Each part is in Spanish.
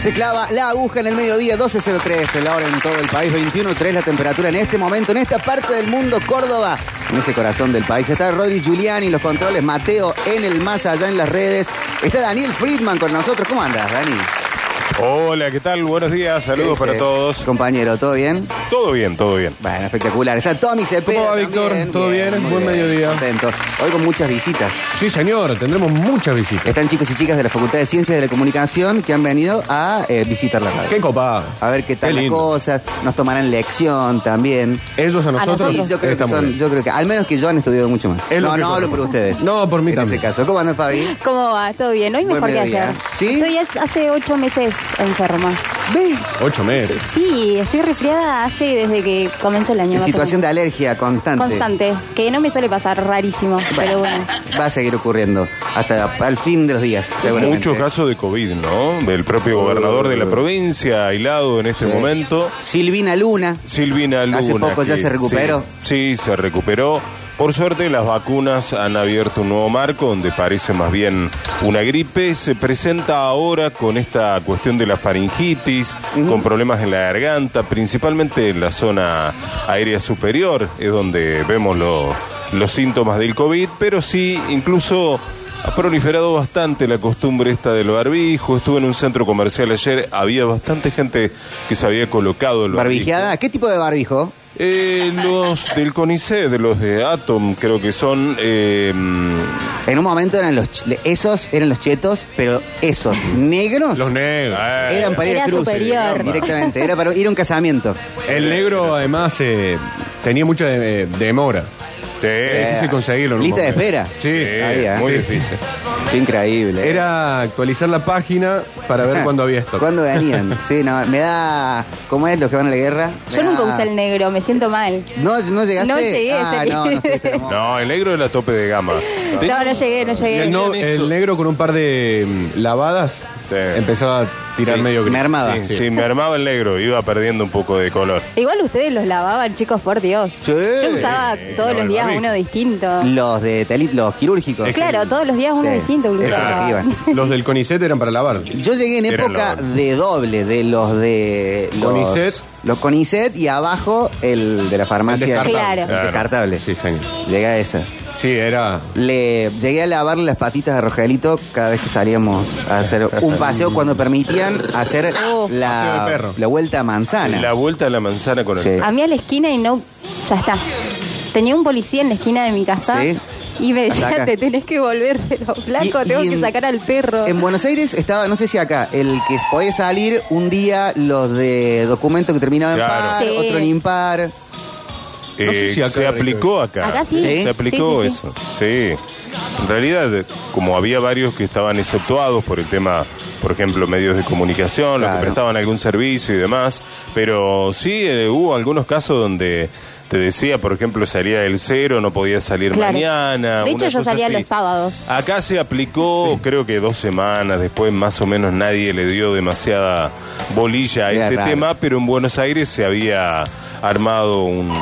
Se clava la aguja en el mediodía, 12.03, la hora en todo el país, 21.3 la temperatura en este momento, en esta parte del mundo, Córdoba, en ese corazón del país. Está Rodri Giuliani, los controles, Mateo en el más allá en las redes. Está Daniel Friedman con nosotros. ¿Cómo andas, Dani? Hola, ¿qué tal? Buenos días, saludos ¿Qué para dice, todos. Compañero, ¿todo bien? Todo bien, todo bien. Bueno, espectacular. Está Tommy Cepeda. ¿Cómo va, Víctor? también. ¿Todo bien? muy Buen mediodía. Contento. Hoy con muchas visitas. Sí, señor, tendremos muchas visitas. Están chicos y chicas de la Facultad de Ciencias de la Comunicación que han venido a eh, visitar la radio. Qué copa. A ver qué tal las lindo. cosas. Nos tomarán lección también. Ellos a nosotros. Sí, yo creo que estamos Ah, son, bien. yo creo que, al menos que yo han estudiado mucho más. Es lo no, que no yo hablo por creo. ustedes. No, por mí en también. ese caso. ¿Cómo andas, Fabi? ¿Cómo va? ¿Todo bien? Hoy Buen mejor que mediodía. ayer. ¿Sí? Estoy hace- hace ocho meses enferma. Ve. Ocho meses. Sí, estoy resfriada hace desde que comenzó el año. En más o situación de alergia constante. menos. Constante, que no me suele pasar, rarísimo, pero bueno. Va a seguir ocurriendo hasta al fin de los días, seguramente. Muchos casos de COVID, ¿no? Del propio gobernador de la provincia, aislado en este momento. Silvina Luna. Silvina Luna. Hace poco ya se recuperó. Sí, sí, se recuperó. Por suerte, las vacunas han abierto un nuevo marco donde parece más bien una gripe. Se presenta ahora con esta cuestión de la faringitis, con problemas en la garganta, principalmente en la zona aérea superior, es donde vemos lo- los síntomas del COVID, pero sí, incluso ha proliferado bastante la costumbre esta del barbijo. Estuve en un centro comercial ayer, había bastante gente que se había colocado el barbijo. Barbijeada. ¿Qué tipo de barbijo? Eh, los del CONICET, de los de Atom, creo que son. eh, En un momento eran los ch- esos eran los chetos, pero esos negros Los negros. eh, eran para ir Era a cruce, superior. directamente, era para ir a un casamiento. El negro, además, eh, tenía mucha de- eh, demora. sí. Es difícil conseguirlo. en un Eh, Lista de momento. espera. ¿eh? Sí, Había, muy sí, difícil. sí, Qué increíble. Era actualizar la página para ver cuándo había esto. Ah. ¿Cuándo venían? Sí, no, me da. ¿Cómo es los que van a la guerra? Me Yo nunca da- usé el negro, me siento mal. No, no llegaste. No llegué a Ah, ese no, no, nivel. estuviste hermoso. No, el negro era tope de gama. No, no llegué, no llegué. El, no- Tenían eso. el negro con un par de mm, lavadas Sí. empezaba a tirar Sí. medio gris. Mermada. Sí, sí, me armaba el negro, iba perdiendo un poco de color. Igual ustedes los lavaban, chicos, por Dios. Sí. Yo usaba Sí, todos no, los el días barbijo. uno distinto. Los de telit, los quirúrgicos. Es que- Claro, todos los días Sí, uno distinto. eso incluso. es lo que iban. Los del CONICET eran para lavar. Yo llegué en Era época lo- de doble, de los de los Conicet. Los Conicet y abajo el de la farmacia. descartable. Claro. El descartable. Sí, señor. Llegué a esas. Sí, era. Le llegué a lavarle las patitas a Rogelito cada vez que salíamos a hacer un paseo cuando permitían hacer Oh, paseo de la, perro. la vuelta a manzana. La vuelta a la manzana con el. Sí. A mí a la esquina y no. Ya está. Tenía un policía en la esquina de mi casa Sí. y me decía, Saca. te tenés que volver, pero flaco, Y- y tengo que en- sacar al perro. En Buenos Aires estaba, no sé si acá, el que podía salir un día los de documento que terminaba en Claro. par, Sí. otro en impar. Eh, No sé si acá- se aplicó acá. Acá sí. Sí. Se aplicó Sí, sí, sí. eso. Sí. En realidad, eh, como había varios que estaban exceptuados por el tema, por ejemplo, medios de comunicación, los Claro. que prestaban algún servicio y demás, pero sí eh, hubo algunos casos donde te decía, por ejemplo, salía del cero, no podía salir Claro. mañana. De una hecho, yo cosa salía así. los sábados. Acá se aplicó, creo que dos semanas después, más o menos, nadie le dio demasiada bolilla a Era este raro. tema, pero en Buenos Aires se había armado un,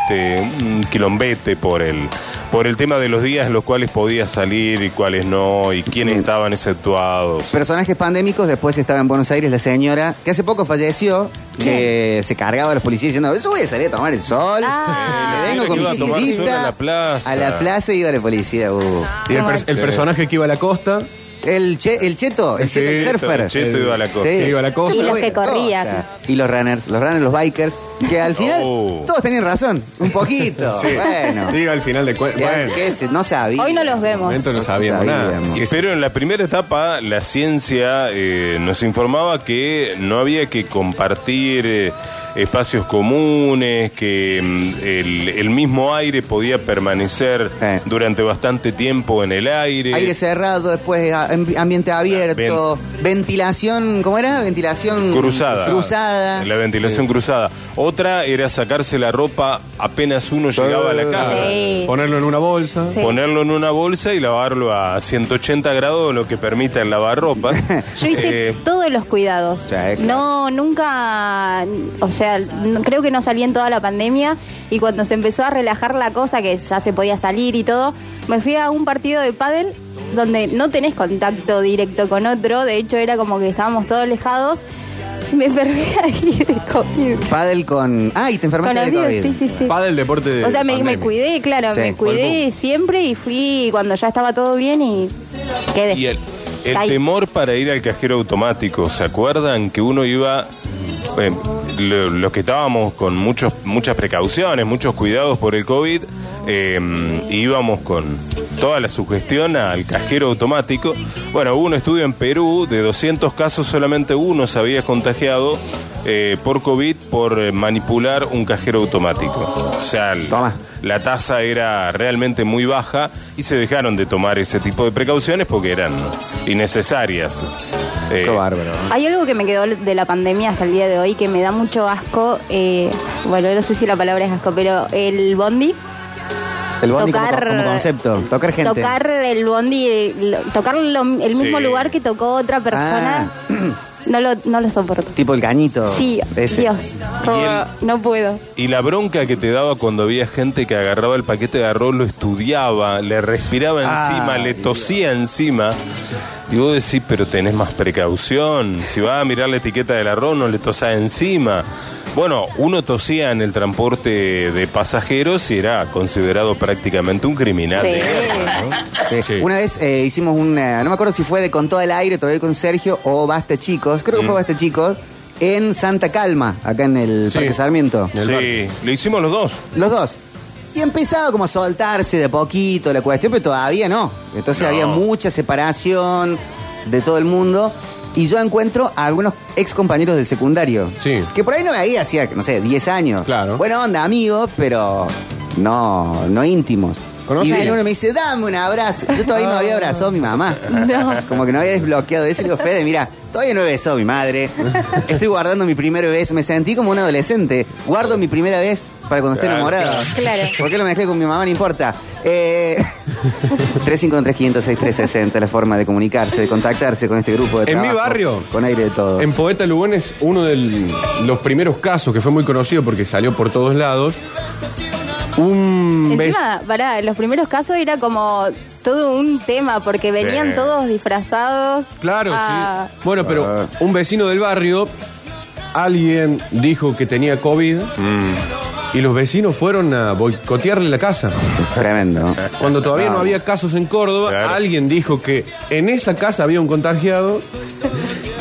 este, un quilombete por el, por el tema de los días en los cuales podía salir y cuáles no, y quiénes estaban exceptuados. Personajes pandémicos, después estaba en Buenos Aires la señora, que hace poco falleció, que se cargaba a los policías diciendo, yo voy a salir a tomar el sol, Ah. me Eh, la vengo con mi señora que iba a tomar sol chiquitita". a la plaza. A la plaza iba la policía. uh. Y el, pers- el personaje que iba a la costa, El, che- el cheto, Oh, el, El cheto, el cheto, surfer. el cheto iba a la costa. Iba a la costa. Yo me Y los voy a que la corrían. costa. Y los runners, los runners, los bikers, que al final Oh. todos tenían razón, un poquito. Bueno. diga al final de cuentas. Ya, Bueno, ¿qué es? No sabía. Hoy no los en el vemos. momento no sabíamos nada. sabíamos. Y- Pero en la primera etapa la ciencia eh, nos informaba que no había que compartir eh, espacios comunes, que mm, el, el mismo aire podía permanecer Eh. durante bastante tiempo en el aire. Aire cerrado, después a- amb- ambiente abierto, ventilación, ¿cómo era? Ventilación Cruzada. Cruzada. La ventilación cruzada. Otra era sacarse la ropa apenas uno llegaba a la casa. Sí. Ponerlo en una bolsa. Sí. Ponerlo en una bolsa y lavarlo a 180 grados, lo que permita el lavarropas. Yo hice Eh, todos los cuidados. Ya, eh, No, nunca, o sea, no- creo que no salí en toda la pandemia y cuando se empezó a relajar la cosa, que ya se podía salir y todo, me fui a un partido de pádel donde no tenés contacto directo con otro, de hecho era como que estábamos todos alejados, me enfermé ahí de COVID. Padel con. ¡Ay! te enfermaste Con de amigos, COVID. sí, sí, sí. Para el deporte de O sea, me, me pandemia. cuidé, claro, Sí, me fue cuidé siempre y fui cuando ya estaba todo bien y quedé. Y el, el Ahí. temor para ir al cajero automático, ¿se acuerdan que uno iba, eh, lo- los que estábamos con muchos, muchas precauciones, muchos cuidados por el COVID, eh, íbamos con toda la sugestión al cajero automático? Bueno, hubo un estudio en Perú, de 200 casos solamente uno se había contagiado eh, por COVID por eh, manipular un cajero automático. O sea, el- Toma. la tasa era realmente muy baja y se dejaron de tomar ese tipo de precauciones porque eran innecesarias. Eh, Qué bárbaro. Hay algo que me quedó de la pandemia hasta el día de hoy que me da mucho asco. eh, bueno, no sé si la palabra es asco, pero el bondi. El bondi como- tocar- como, concepto. Tocar gente. Tocar el bondi, lo- tocar lo- el mismo Sí. lugar que tocó otra persona. Ah. No, lo, no lo soporto. Tipo el cañito. Sí, ese. Dios. como, Y el- No puedo. y la bronca que te daba cuando había gente que agarraba el paquete de arroz, lo estudiaba, le respiraba Ay, encima, le tosía encima. Y vos decís, pero tenés más precaución. Si vas a mirar la etiqueta del arroz, no le tosás encima. Bueno, uno tosía en el transporte de pasajeros y era considerado prácticamente un criminal. de Sí. guerra, ¿no? Sí. Sí. Una vez eh, hicimos una, no me acuerdo si fue de Con todo el aire, todavía con Sergio o Basta Chicos, creo que fue Basta Chicos, en Santa Calma, acá en el Sí. Parque Sarmiento. En el Sí, lo hicimos los dos. Los dos. Y empezaba como a soltarse de poquito la cuestión, pero todavía no. Entonces No. había mucha separación de todo el mundo. Y yo encuentro a algunos ex compañeros del secundario. Sí. Que por ahí no veía hacía, no sé, 10 años. Claro. Buena onda, amigos, pero no, no íntimos. ¿Conoce? Y viene uno y me dice, dame un abrazo. Yo todavía no había abrazado a mi mamá. Como que no había desbloqueado eso. Y digo, Fede, mira, todavía no he besado a mi madre. Estoy guardando mi primer beso. Me sentí como un adolescente. Guardo mi primera vez para cuando esté Claro, enamorado. Claro. ¿Por qué lo mezclé con mi mamá? No importa. Eh, 353-506-360, la forma de comunicarse, de contactarse con este grupo de En mi trabajo, barrio. Con aire de todo. En Poeta Lugones, uno de los primeros casos que fue muy conocido porque salió por todos lados. Un bes- Encima, pará, en los primeros casos era como todo un tema porque venían Sí. todos disfrazados. Claro, a- sí. Bueno, pero un vecino del barrio, alguien dijo que tenía COVID y los vecinos fueron a boicotearle la casa. Tremendo. Cuando todavía no había casos en Córdoba, Claro. alguien dijo que en esa casa había un contagiado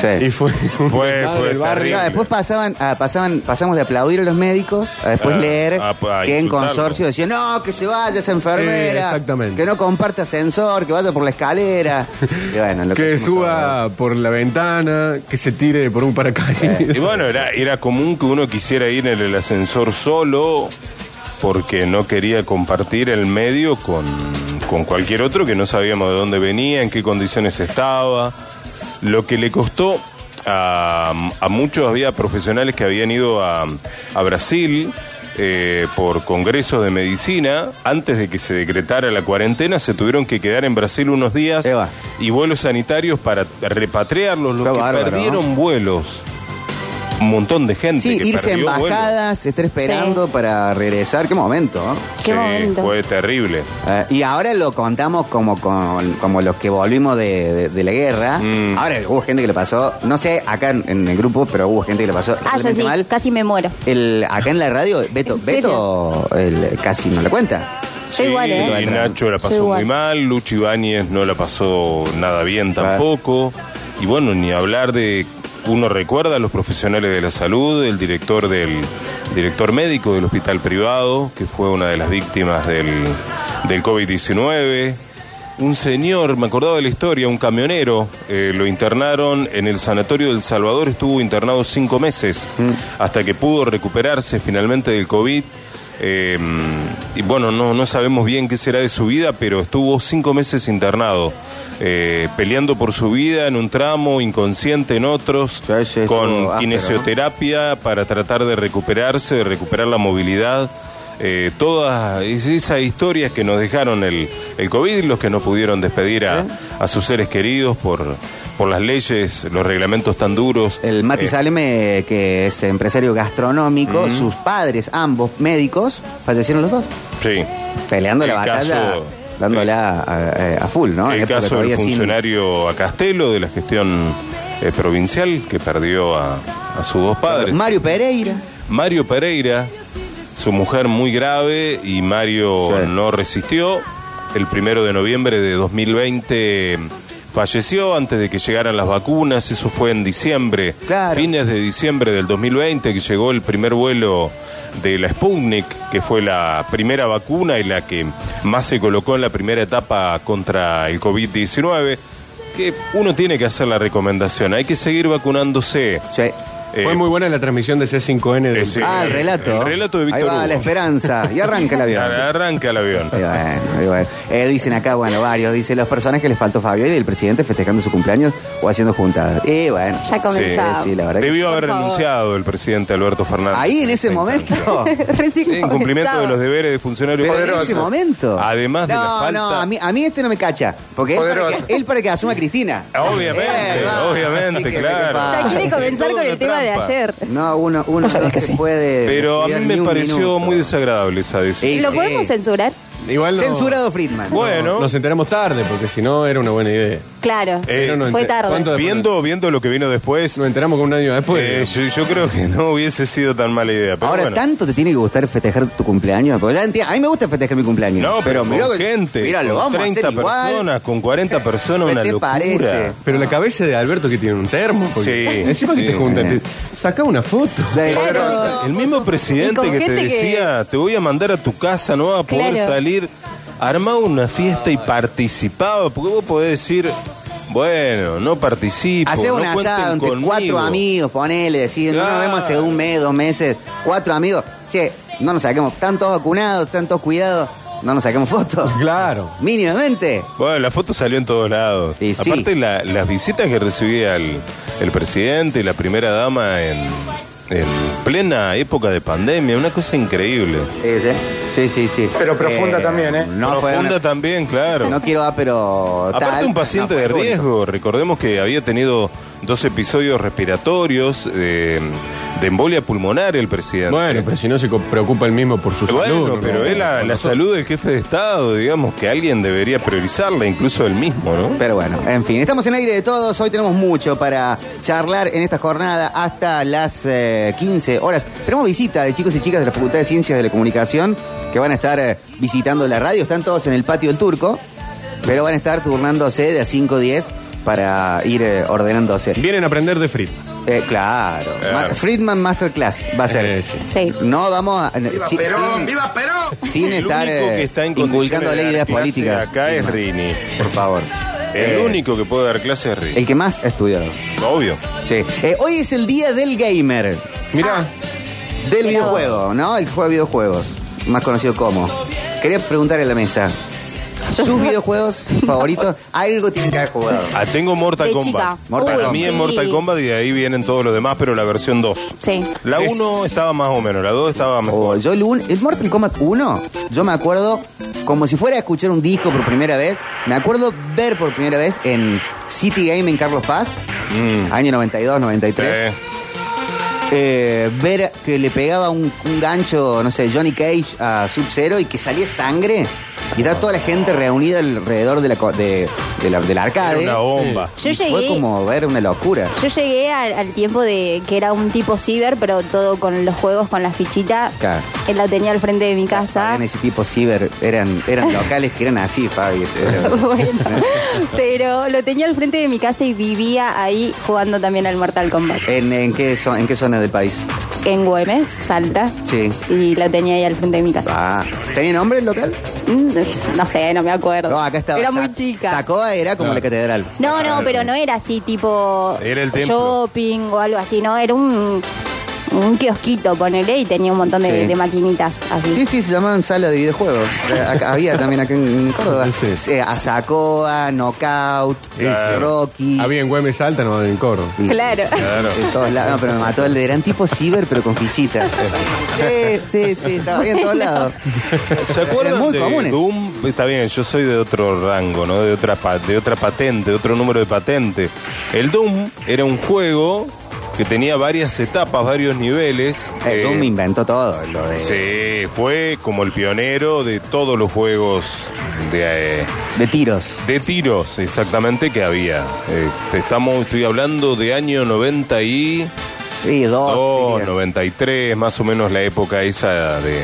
Sí. Ah, y fue un Eh. Fue- vecino fue del barrio. terrible. No, después pasaban, ah, pasaban, pasamos de aplaudir a los médicos a después Ah, leer ah, pa- que en insultarlo. consorcio decían, no, que se vaya esa enfermera, Sí, exactamente. que no comparta ascensor, que vaya por la escalera. Y bueno, lo Que hicimos todo. suba por la ventana, que se tire por un Y paracaídas. bueno, era, era común que uno quisiera ir en el ascensor solo porque no quería compartir el medio con, con cualquier otro que no sabíamos de dónde venía, en qué condiciones estaba. Lo que le costó a, a muchos, había profesionales que habían ido a, a Brasil. eh, por congresos de medicina, antes de que se decretara la cuarentena, se tuvieron que quedar en Brasil unos días Eva. y vuelos sanitarios para repatriarlos, los Qué que bárbaro. perdieron vuelos un montón de gente. Sí, que irse a perdió vuelo. embajadas, estar esperando para regresar, qué momento. ¿no? Qué sí, momento. fue terrible. Eh, y ahora lo contamos como con- como los que volvimos de, de- de la guerra. Mm. Ahora hubo gente que le pasó, no sé, acá en, en el grupo, pero hubo gente que le pasó Ah, yo realmente sí, mal. casi me muero. El, acá en la radio, Beto, ¿En serio? Beto el, casi no la cuenta. Yo igual, Y ¿eh? Nacho la Yo pasó igual. muy mal, Luchi Ibáñez no la pasó nada bien Claro. tampoco. Y bueno, ni hablar de. Uno recuerda a los profesionales de la salud, el director del director médico del hospital privado, que fue una de las víctimas del, del COVID-19. Un señor, me acordaba de la historia, un camionero, eh, lo internaron en el Sanatorio del Salvador, estuvo internado cinco meses hasta que pudo recuperarse finalmente del COVID. Eh, y bueno, no, no sabemos bien qué será de su vida, pero estuvo cinco meses internado, eh, peleando por su vida en un tramo, inconsciente en otros, Sí, sí, estuvo con áspero, kinesioterapia para tratar de recuperarse, de recuperar la movilidad. eh, todas es- esas historias que nos dejaron el, el COVID y los que no pudieron despedir ¿Eh? a, a sus seres queridos por, por las leyes, los reglamentos tan duros. El Mati Eh, Saleme, que es empresario gastronómico, Mm. sus padres, ambos médicos, fallecieron los dos. Sí. Peleando la El batalla caso dándola a- a, a full, ¿no? En El época caso del todavía sin- funcionario Acastelo de la gestión eh, provincial que perdió a, a sus dos padres. Mario Pereira. Mario Pereira, su mujer muy grave y Mario Sí. no resistió. El primero de noviembre de 2020 falleció antes de que llegaran las vacunas, eso fue en diciembre, Claro. fines de diciembre del 2020 que llegó el primer vuelo de la Sputnik, que fue la primera vacuna y la que más se colocó en la primera etapa contra el COVID-19, que uno tiene que hacer la recomendación, hay que seguir vacunándose. Sí. Eh, Fue muy buena la transmisión de C5N. del- Eh, sí. Ah, el relato. El relato de Víctor Ahí va Hugo. la esperanza. Y arranca el avión. Ar- Arranca el avión. Ahí va, eh, ahí va. Eh, dicen acá, bueno, varios. Dice los personajes que les faltó Fabio y el presidente festejando su cumpleaños o haciendo juntadas. Y bueno. Ya comenzaba. Sí, sí, la verdad. que- Debió haber Por favor. renunciado el presidente Alberto Fernández. Ahí en ese Esta momento. instancia. Recién Sí, en cumplimiento comenzaba. de los deberes de funcionario Pero en poderoso. ese momento. Además de no, la falta. No, a mí, a mí este no me cacha. Porque él para, Poderoso. que, él para que asuma a Cristina. Obviamente, Eh, va. obviamente, Sí, que- que claro. pasa. Ya quiere comenzar Es con toda el una tema de trampa. ayer. No, uno, uno Vos sabés no que se sí. puede. Pero a mí descuidar Eh, ni me un pareció minuto. Eh, muy desagradable esa decisión. Sí, ¿Lo sí. podemos censurar? Igual no- Censurado Friedman. Bueno, Nos enteramos tarde, porque si no era una buena idea. Claro. Eh, Pero nos fue enter- tarde. ¿cuánto después? viendo, viendo lo que vino después, Nos enteramos con un año después. eh, yo, yo creo que no hubiese sido tan mala idea. Pero Ahora, bueno. ¿tanto te tiene que gustar festejar tu cumpleaños? Porque ya entiendo, a mí me gusta festejar mi cumpleaños. No, pero, mirá con que- gente, Mirá, lo con vamos a hacer 30 igual. personas, con 40 personas, ¿Qué una te locura. parece? Pero la cabeza de Alberto que tiene un termo. porque- Sí, Encima sí. que te juntan, te- saca una foto. De- Claro. El mismo Y con presidente que te gente que- decía, te voy a mandar a tu casa, no vas a poder Claro. salir, armaba una fiesta y participaba, porque vos podés decir, bueno, no participo, Hacer no un cuenten asado entre conmigo. cuatro amigos, ponele, decir, no nos Claro. vemos hace un mes, dos meses, cuatro amigos. Che, no nos saquemos, están todos vacunados, están todos cuidados, no nos saquemos fotos. Claro. Mínimamente. Bueno, la foto salió en todos lados. Y sí. Aparte, la- las visitas que recibía el, el presidente y la primera dama en, en plena época de pandemia, una cosa increíble. Sí, sí, sí. sí, sí. Pero profunda también, ¿eh? No fue Profunda una- también, claro. No quiero A, pero. Aparte tal, un paciente no fue de único. riesgo, recordemos que había tenido dos episodios respiratorios eh, de embolia pulmonar el presidente. Bueno, pero si no se co- preocupa él mismo por su Bueno, salud. ¿no? pero es la, la salud del jefe de Estado, digamos, que alguien debería priorizarla, incluso él mismo, ¿no? Pero bueno, en fin, estamos en aire de todos. Hoy tenemos mucho para charlar en esta jornada hasta las eh, 15 horas. Tenemos visita de chicos y chicas de la Facultad de Ciencias de la Comunicación que van a estar eh, visitando la radio. Están todos en el patio del Turco, pero van a estar turnándose de a 5 a 10 para ir eh, ordenándose. Vienen a aprender de Frit. Eh, claro, Claro. Ma- Friedman Masterclass va a ser. Eh, sí. Sí. No vamos a. eh, sí- sí- ¡Viva Perón! sin el estar único eh, que está en inculcando condiciones de ley dar ideas clase políticas. Acá es Rini. Por favor. El Eh, único que puede dar clase es Rini. El que más ha estudiado. Obvio. Sí. Eh, hoy es el día del gamer, Mirá, del videojuego, ¿no? El juego de videojuegos, más conocido como. Quería preguntar en la mesa. ¿Sus videojuegos favoritos? Algo tienen que haber jugado. Ah, tengo Mortal De Kombat. Eh, chica. Mortal Para Kombat. mí es Sí. Mortal Kombat y de ahí vienen todos los demás, pero la versión 2. Sí. La Es- 1 estaba más o menos, la 2 estaba mejor. O yo el, un- el Mortal Kombat 1, yo me acuerdo, como si fuera a escuchar un disco por primera vez, me acuerdo ver por primera vez en City Game en Carlos Paz, Mm. año 92, 93. Eh. eh, ver que le pegaba un, un gancho, no sé, Johnny Cage a Sub-Zero y que salía sangre. Y está toda la gente reunida alrededor de la, co- de, de la, del Era arcade. Eh, una bomba. Yo Y Fue llegué, como ver una locura. yo llegué al, al tiempo de que era un tipo ciber, pero todo con los juegos, con las fichitas. Claro. Él la tenía al frente de mi casa. En ese tipo ciber eran, eran locales que eran así, Fabi. este, Era- Bueno, pero lo tenía al frente de mi casa y vivía ahí jugando también al Mortal Kombat. ¿En, en qué, zo- ¿En qué zona del país? En Güemes, Salta. Sí. Y lo tenía ahí al frente de mi casa. Ah, ¿Tenía nombre el local? Mm, No sé, no me acuerdo. No, acá estaba. Era Sa- muy chica. Sacoa era como la catedral. No, no, pero no era así tipo Era el templo. shopping o algo así, no, era un, un kiosquito, ponele, y tenía un montón de, Sí. de maquinitas Sí, así. sí, se llamaban sala de videojuegos. Eh, acá- había también acá en, en Córdoba. Sí. Sí, Asacoa, Knockout, Sí, sí. Rocky. había en Güemes Salta, no en Coro. Claro. Claro. De todos lados. No, pero me mató el de eran tipo ciber, pero con fichitas. Sí, sí, sí, estaba bien en todos lados. ¿Se acuerdan Eran muy de comunes. Doom? Está bien, yo soy de otro rango, ¿no? De otra, pa- de otra patente, de otro número de patente. El Doom era un juego que tenía varias etapas, varios niveles. Eh, Eh, Doom inventó todo. Lo de... Sí, fue como el pionero de todos los juegos de, eh, De tiros. de tiros exactamente que había. Eh, te estamos, estoy hablando de año 90 y... Sí, dos. Oh, diría. 93, más o menos la época esa de,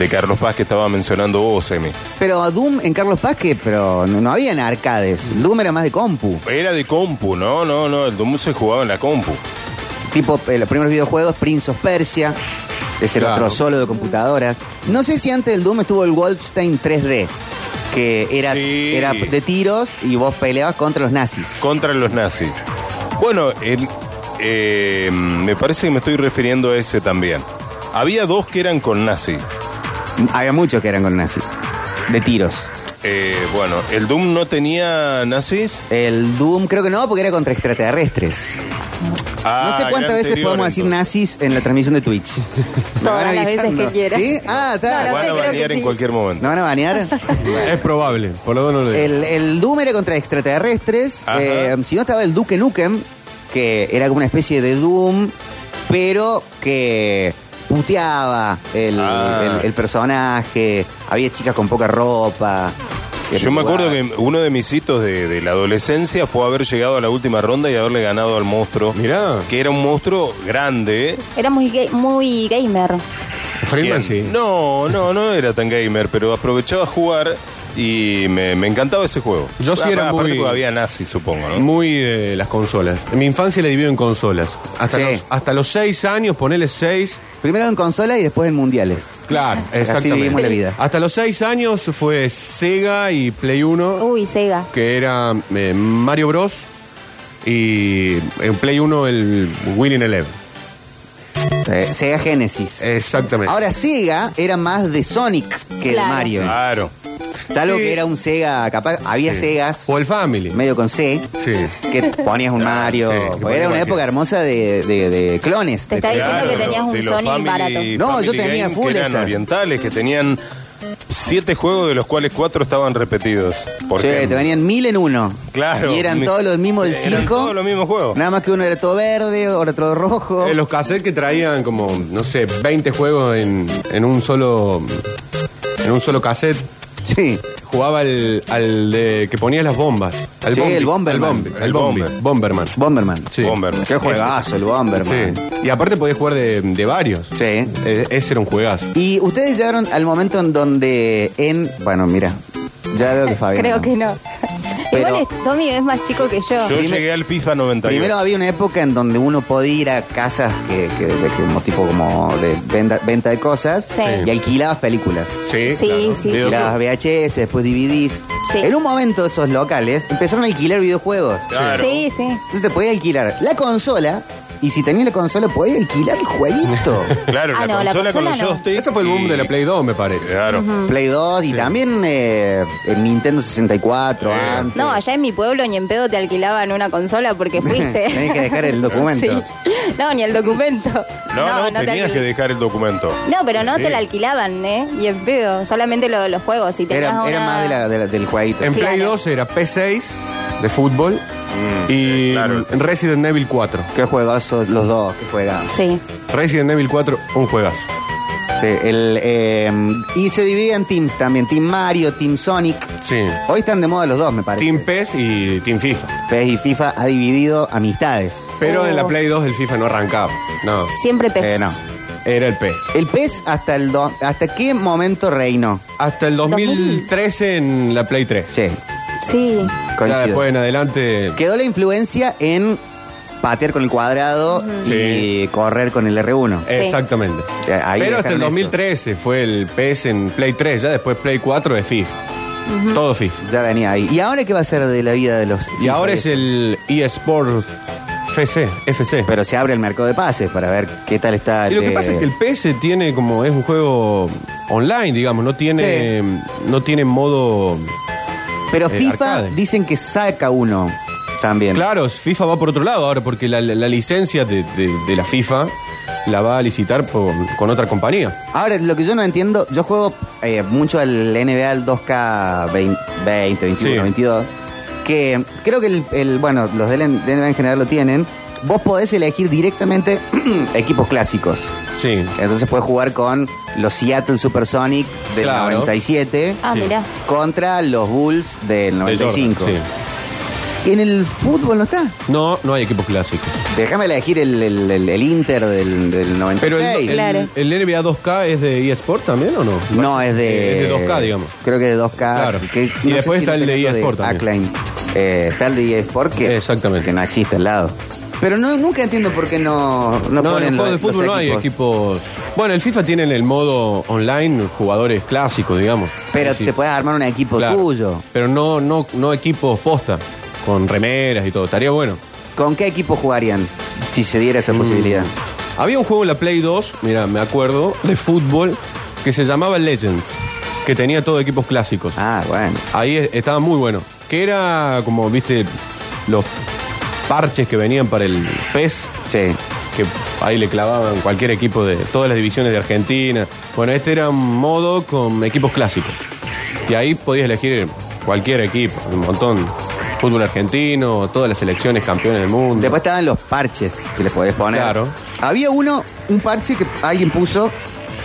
de Carlos Paz que estaba mencionando vos, Emi. Pero Doom en Carlos Paz, que pero no, no habían arcades. Doom era más de compu. Era de compu, no, no, no, el Doom se jugaba en la compu. Tipo, eh, los primeros videojuegos, Prince of Persia, ese era Claro. otro solo de computadoras. No sé si antes del Doom estuvo el Wolfenstein 3D, que era, Sí. era de tiros y vos peleabas contra los nazis. Contra los nazis. Bueno, el- eh, me parece que me estoy refiriendo a ese también. Había dos que eran con nazis. Había muchos que eran con nazis, de tiros. Eh, bueno, el Doom no tenía nazis. El Doom creo que no, porque era contra extraterrestres. Ah, no sé cuántas era veces anterior, podemos decir entonces. nazis en la transmisión de Twitch. Me van Todas las veces avisando. que quieras. ¿Sí? Ah, está. No, Van a creo que banear en sí. cualquier momento. ¿No van a banear? Es probable, por lo menos no lo digo. El, el Doom era contra extraterrestres. Ajá. eh, si no estaba el Duke Nukem, que era como una especie de Doom, pero que puteaba el, Ah. el- el personaje. Había chicas con poca ropa. que Yo me acuerdo que jugaban. uno de mis hitos de, de la adolescencia fue haber llegado a la última ronda y haberle ganado al monstruo. Mirá. Que era un monstruo grande. Era muy, ga- muy gamer. Friedman Bien. sí. No, no, no era tan gamer, pero aprovechaba jugar y me, me encantaba ese juego. Yo sí Ah, era aparte muy- porque había nazis, supongo, ¿no? Muy de las consolas. En mi infancia la divido en consolas. Hasta, Sí. los, hasta los seis años, ponele seis. Primero en consola y después en mundiales. Claro, Así vivimos la exactamente. vida. Hasta los seis años fue Sega y Play 1, Uy, Sega. que era eh, Mario Bros. Y en Play 1 el Winning Eleven. Eh, Sega Genesis. Exactamente. Ahora Sega era más de Sonic que Claro. de Mario. Claro. Salvo Sí. que era un Sega, capaz, había Sí. Segas O el Family. medio con C. Sí. que ponías un Mario. Sí, que porque ponía era una cualquier- época hermosa de, de- de clones. de Te está clones. diciendo que Claro, tenías un de los Sony Family- barato. No, yo Family tenía Game, full que eran esa. orientales, que tenían siete juegos de los cuales cuatro estaban repetidos. Por Sí, ejemplo. te venían mil en uno. Claro. Y eran todos los mismos del Eran circo. todos los mismos juegos. Nada más que uno era todo verde, otro rojo. Eh, los cassettes que traían como, no sé, 20 juegos en, en un solo. En un solo cassette. Sí. Jugaba al, al de que ponía las bombas. Al Sí, bombi, el Bomberman. Al bombi, al El bombi, Bomber. Bomberman. Bomberman. Sí. Bomberman. Qué juegazo el Bomberman. Sí. Y aparte podías jugar de, de varios. Sí. Eh, ese era un juegazo. Y ustedes llegaron al momento en donde en. Bueno, mira. Ya veo que Fabián. Creo no. que no. Pero- Igual es- Tommy es más chico que yo. Yo Primer- llegué al FIFA 98. Primero había una época en donde uno podía ir a casas que, que- de- como tipo como de venda, venta de cosas Sí. y alquilabas películas. Sí, claro. Sí, sí, Video- sí. Alquilabas VHS, después DVDs. Sí. En un momento esos locales empezaron a alquilar videojuegos. Claro. Sí, sí. Entonces te podías alquilar la consola y si tenías la consola podías alquilar el jueguito. Claro, Ah, la, no, la consola con los consola no. joysticks Ese fue el boom y- de la Play 2, me parece. Claro. Play 2 y también eh, el Nintendo 64 Sí. antes. No, allá en mi pueblo ni en pedo te alquilaban una consola porque fuiste. Tenés que dejar el documento. Sí. No, ni el documento. No, no, te tenías que alquil- dejar el documento. No, pero no Sí. te la alquilaban, ¿eh? Y en pedo. Solamente lo de los juegos. Si tenías Era, una... era más de la- de la- del jueguito. En Claro. Play 2 era P6 de fútbol y Mm, eh, claro. Resident Evil 4. Qué juegazo los dos, qué juegazo. Sí. Resident Evil 4, un juegazo. Sí, el, eh, y se divide en teams también. Team Mario, Team Sonic. Sí. Hoy están de moda los dos, me parece. Team PES y Team FIFA. PES y FIFA ha dividido amistades. Pero Oh. en la Play 2 el FIFA no arrancaba. No. Siempre pes. Eh, no. Era el PES. El PES hasta el do- hasta qué momento reinó. Hasta el 2013 en la Play 3. Sí, Sí. coincido. Ya después en adelante. Quedó la influencia en patear con el cuadrado y Sí. correr con el R1. Sí. Exactamente. Eh, ahí Pero dejaron hasta el eso. 2013 fue el PES en Play 3, ya después Play 4 es FIFA. Todo FIFA. Ya venía ahí. ¿Y ahora qué va a ser de la vida de los.? Y ahora es el eSport FC, FC. Pero se abre el mercado de pases para ver qué tal está. Y lo el que de- pasa es que el PS tiene como es un juego online, digamos, no tiene no tiene modo Pero eh, FIFA arcade. eh, vos podés elegir directamente equipos clásicos. Sí. Entonces puedes jugar con los Seattle Supersonic del Claro. 97 Ah, Sí. mirá. contra los Bulls del De Jordan, 95. sí. En el fútbol no está. No, no hay equipos clásicos. Déjame elegir el, el- el- el Inter del, del 96. Pero el, el- Claro. el NBA 2K es de eSport también o no? Eh, No, es de. Es de 2K, digamos. Creo que de 2K. Claro. que- Y sé después está lo el de tengo eSport también. Acclaim. Eh, está el de eSport que, Exactamente. que no existe al lado. Pero no, nunca entiendo por qué no, no, No, ponen en el juego de los- fútbol los no hay equipos. equipos. Bueno, el FIFA tiene en el modo online jugadores clásicos, digamos. Pero Es decir, te puedes armar un equipo claro. tuyo. Pero no, no, no equipos posta, con remeras y todo. Estaría bueno. ¿Con qué equipo jugarían si se diera Mm. esa posibilidad? Había un juego en la Play 2, mira, me acuerdo, de fútbol, que se llamaba Legends, que tenía todo equipos clásicos. Ah, bueno. Ahí e- estaba muy bueno. Que era como, viste, los parches que venían para el PES, Sí. que ahí le clavaban cualquier equipo de todas las divisiones de Argentina. Bueno, este era un modo con equipos clásicos. Y ahí podías elegir cualquier equipo, un montón. Fútbol argentino, todas las selecciones campeones del mundo. Después estaban los parches que les podés poner. Claro. Había uno, un parche que alguien puso,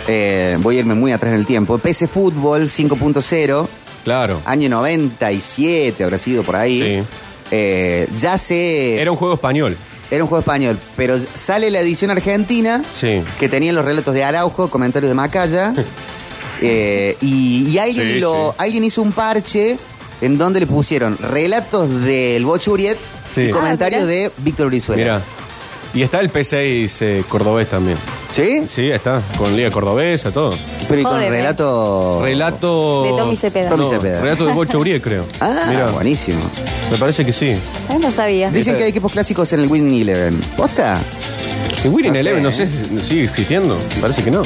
eh, voy a irme muy atrás en el tiempo, PC Fútbol 5.0, Claro. año 97 habrá sido por ahí. Sí. Eh, ya sé, Era un juego español. era un juego español, pero sale la edición argentina Sí. que tenía los relatos de Araujo, comentarios de Macaya. eh, y y alguien, Sí, lo, sí. alguien hizo un parche en donde le pusieron relatos del Bochuriet Sí. y Ah, comentarios mirá. de Víctor Brizuela. Mira. Y está el P6 eh, cordobés también. ¿Sí? Sí, está. Con Liga Cordobesa, todo. Pero y con Jódeme. relato. Relato. De Tommy Cepeda. Tommy No, Cepeda. Relato de Bocho Uribe, creo. Ah, Mirá, buenísimo. Me parece que sí. Yo Eh, no sabía. Dicen que hay equipos clásicos en el Win Eleven. ¿Posta? El Winning No sé, Eleven, no sé, ¿eh? si sigue existiendo. Me parece que no.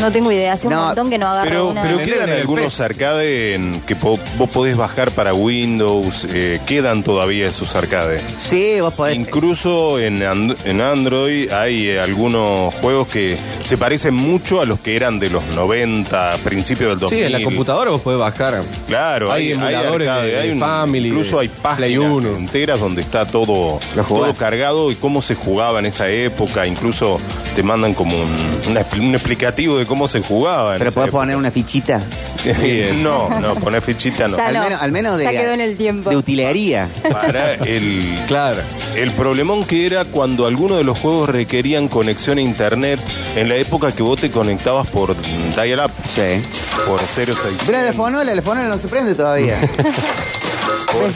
No tengo idea. Hace No, un montón que no agarro Pero, una. pero que- quedan En el algunos PES. arcades que po- vos podés bajar para Windows, eh, quedan todavía esos arcades. Sí, vos podés. Incluso en, And- en Android hay eh, algunos juegos que se parecen mucho a los que eran de los 90, principios del 2000. Sí, en la computadora vos podés bajar. Claro, hay, emuladores arcade, de, hay un- Family. Incluso de hay Play páginas 1. enteras donde está todo, Lo jugás. todo cargado y cómo se jugaba en esa época. Incluso te mandan como un, una expli- un explicativo de cómo se jugaba. en Pero esa podés época. poner una fichita. no, no, poner fichita no. Ya al, Ah, no. menos, al menos de. Ya quedó en el tiempo. De utilería. Para el, Claro. el problemón que era cuando algunos de los juegos requerían conexión a internet en la época que vos te conectabas por mm, dial-up, Sí. por 0600. Pero la telefonola, la telefonola no se prende todavía. Por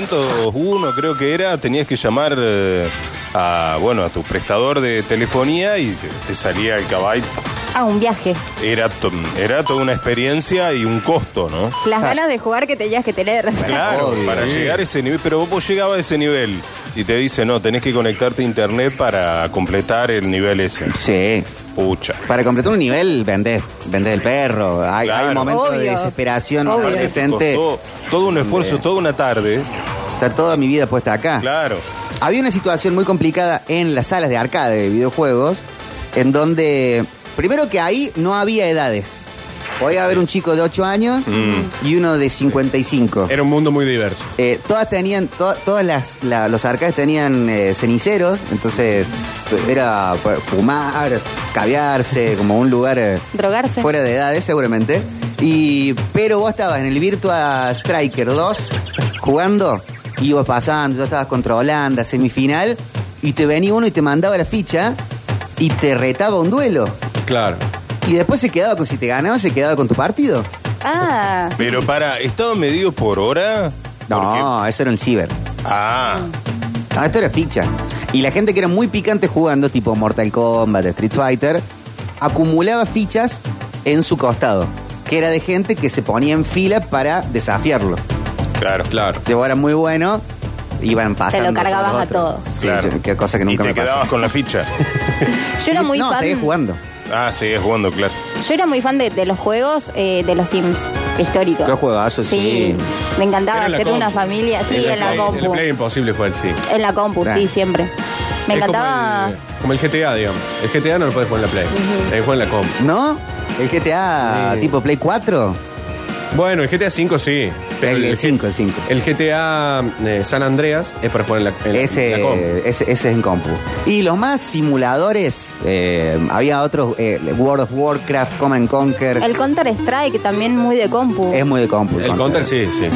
0601 creo que era, tenías que llamar eh, a bueno a tu prestador de telefonía y te, te salía el caballo. Ah, un viaje. Era, to- era toda una experiencia y un costo, ¿no? Las Ah. ganas de jugar que tenías que tener. Claro, Obvio. para llegar a ese nivel, pero vos llegabas a ese nivel y te dice, no, tenés que conectarte a internet para completar el nivel ese. sí. Pucha. Para completar un nivel, vendés, vendés el perro. Hay, hay Claro. un momento de Obvio. desesperación Obvio. adolescente. Costó todo un esfuerzo, toda una tarde, Está toda mi vida puesta acá. claro. Había una situación muy complicada en las salas de arcade de videojuegos, en donde, primero que ahí no había edades. Podía haber un chico de 8 años Mm. y uno de 55. Era un mundo muy diverso. Eh, todas tenían, to- todas las, la- los arcades tenían eh, ceniceros, entonces t- era pues, fumar, caviarse, como un lugar eh, Drogarse. fuera de edades seguramente. Y, pero vos estabas en el Virtua Striker 2 jugando, ibas pasando, yo estabas contra Holanda, semifinal, y te venía uno y te mandaba la ficha y te retaba un duelo. Claro. Y después se quedaba con, si te ganaba, se quedaba con tu partido. Ah, Pero para, ¿estaba medido por hora? Porque- No, eso era el ciber. Ah, Ah, esto era ficha. Y la gente que era muy picante jugando, tipo Mortal Kombat, Street Fighter, acumulaba fichas en su costado, que era de gente que se ponía en fila para desafiarlo. claro. Claro. Si vos eras muy bueno, iban pasando. lo cargabas por los a otros. todos. Sí, Claro. yo- qué cosa que nunca y te me pasó. quedabas con la ficha. yo era Y- muy no, fan. seguís jugando. Ah, seguías jugando, claro. Yo era muy fan de, de los juegos eh, de los Sims históricos. Qué juegazo, sí. Me encantaba Era en la hacer compu. una familia. Sí, en la, Play- compu. El Play Imposible fue el sí. En la compu, Claro. sí, siempre. Me Es encantaba. Como el, como el GTA, digamos. El GTA no lo podés jugar en la Play. Lo podés jugar en la comp. ¿No? El GTA Sí. tipo Play 4. Bueno, el GTA V sí. Pero El- el G- cinco, el cinco. El GTA eh, San Andreas es para jugar en la, en la- Ese, en la compu. ese, ese es en compu. Y los más simuladores, eh, había otros, eh, World of Warcraft, Command Conquer. El Counter Strike también muy de compu. Es muy de compu. El Counter, sí, sí.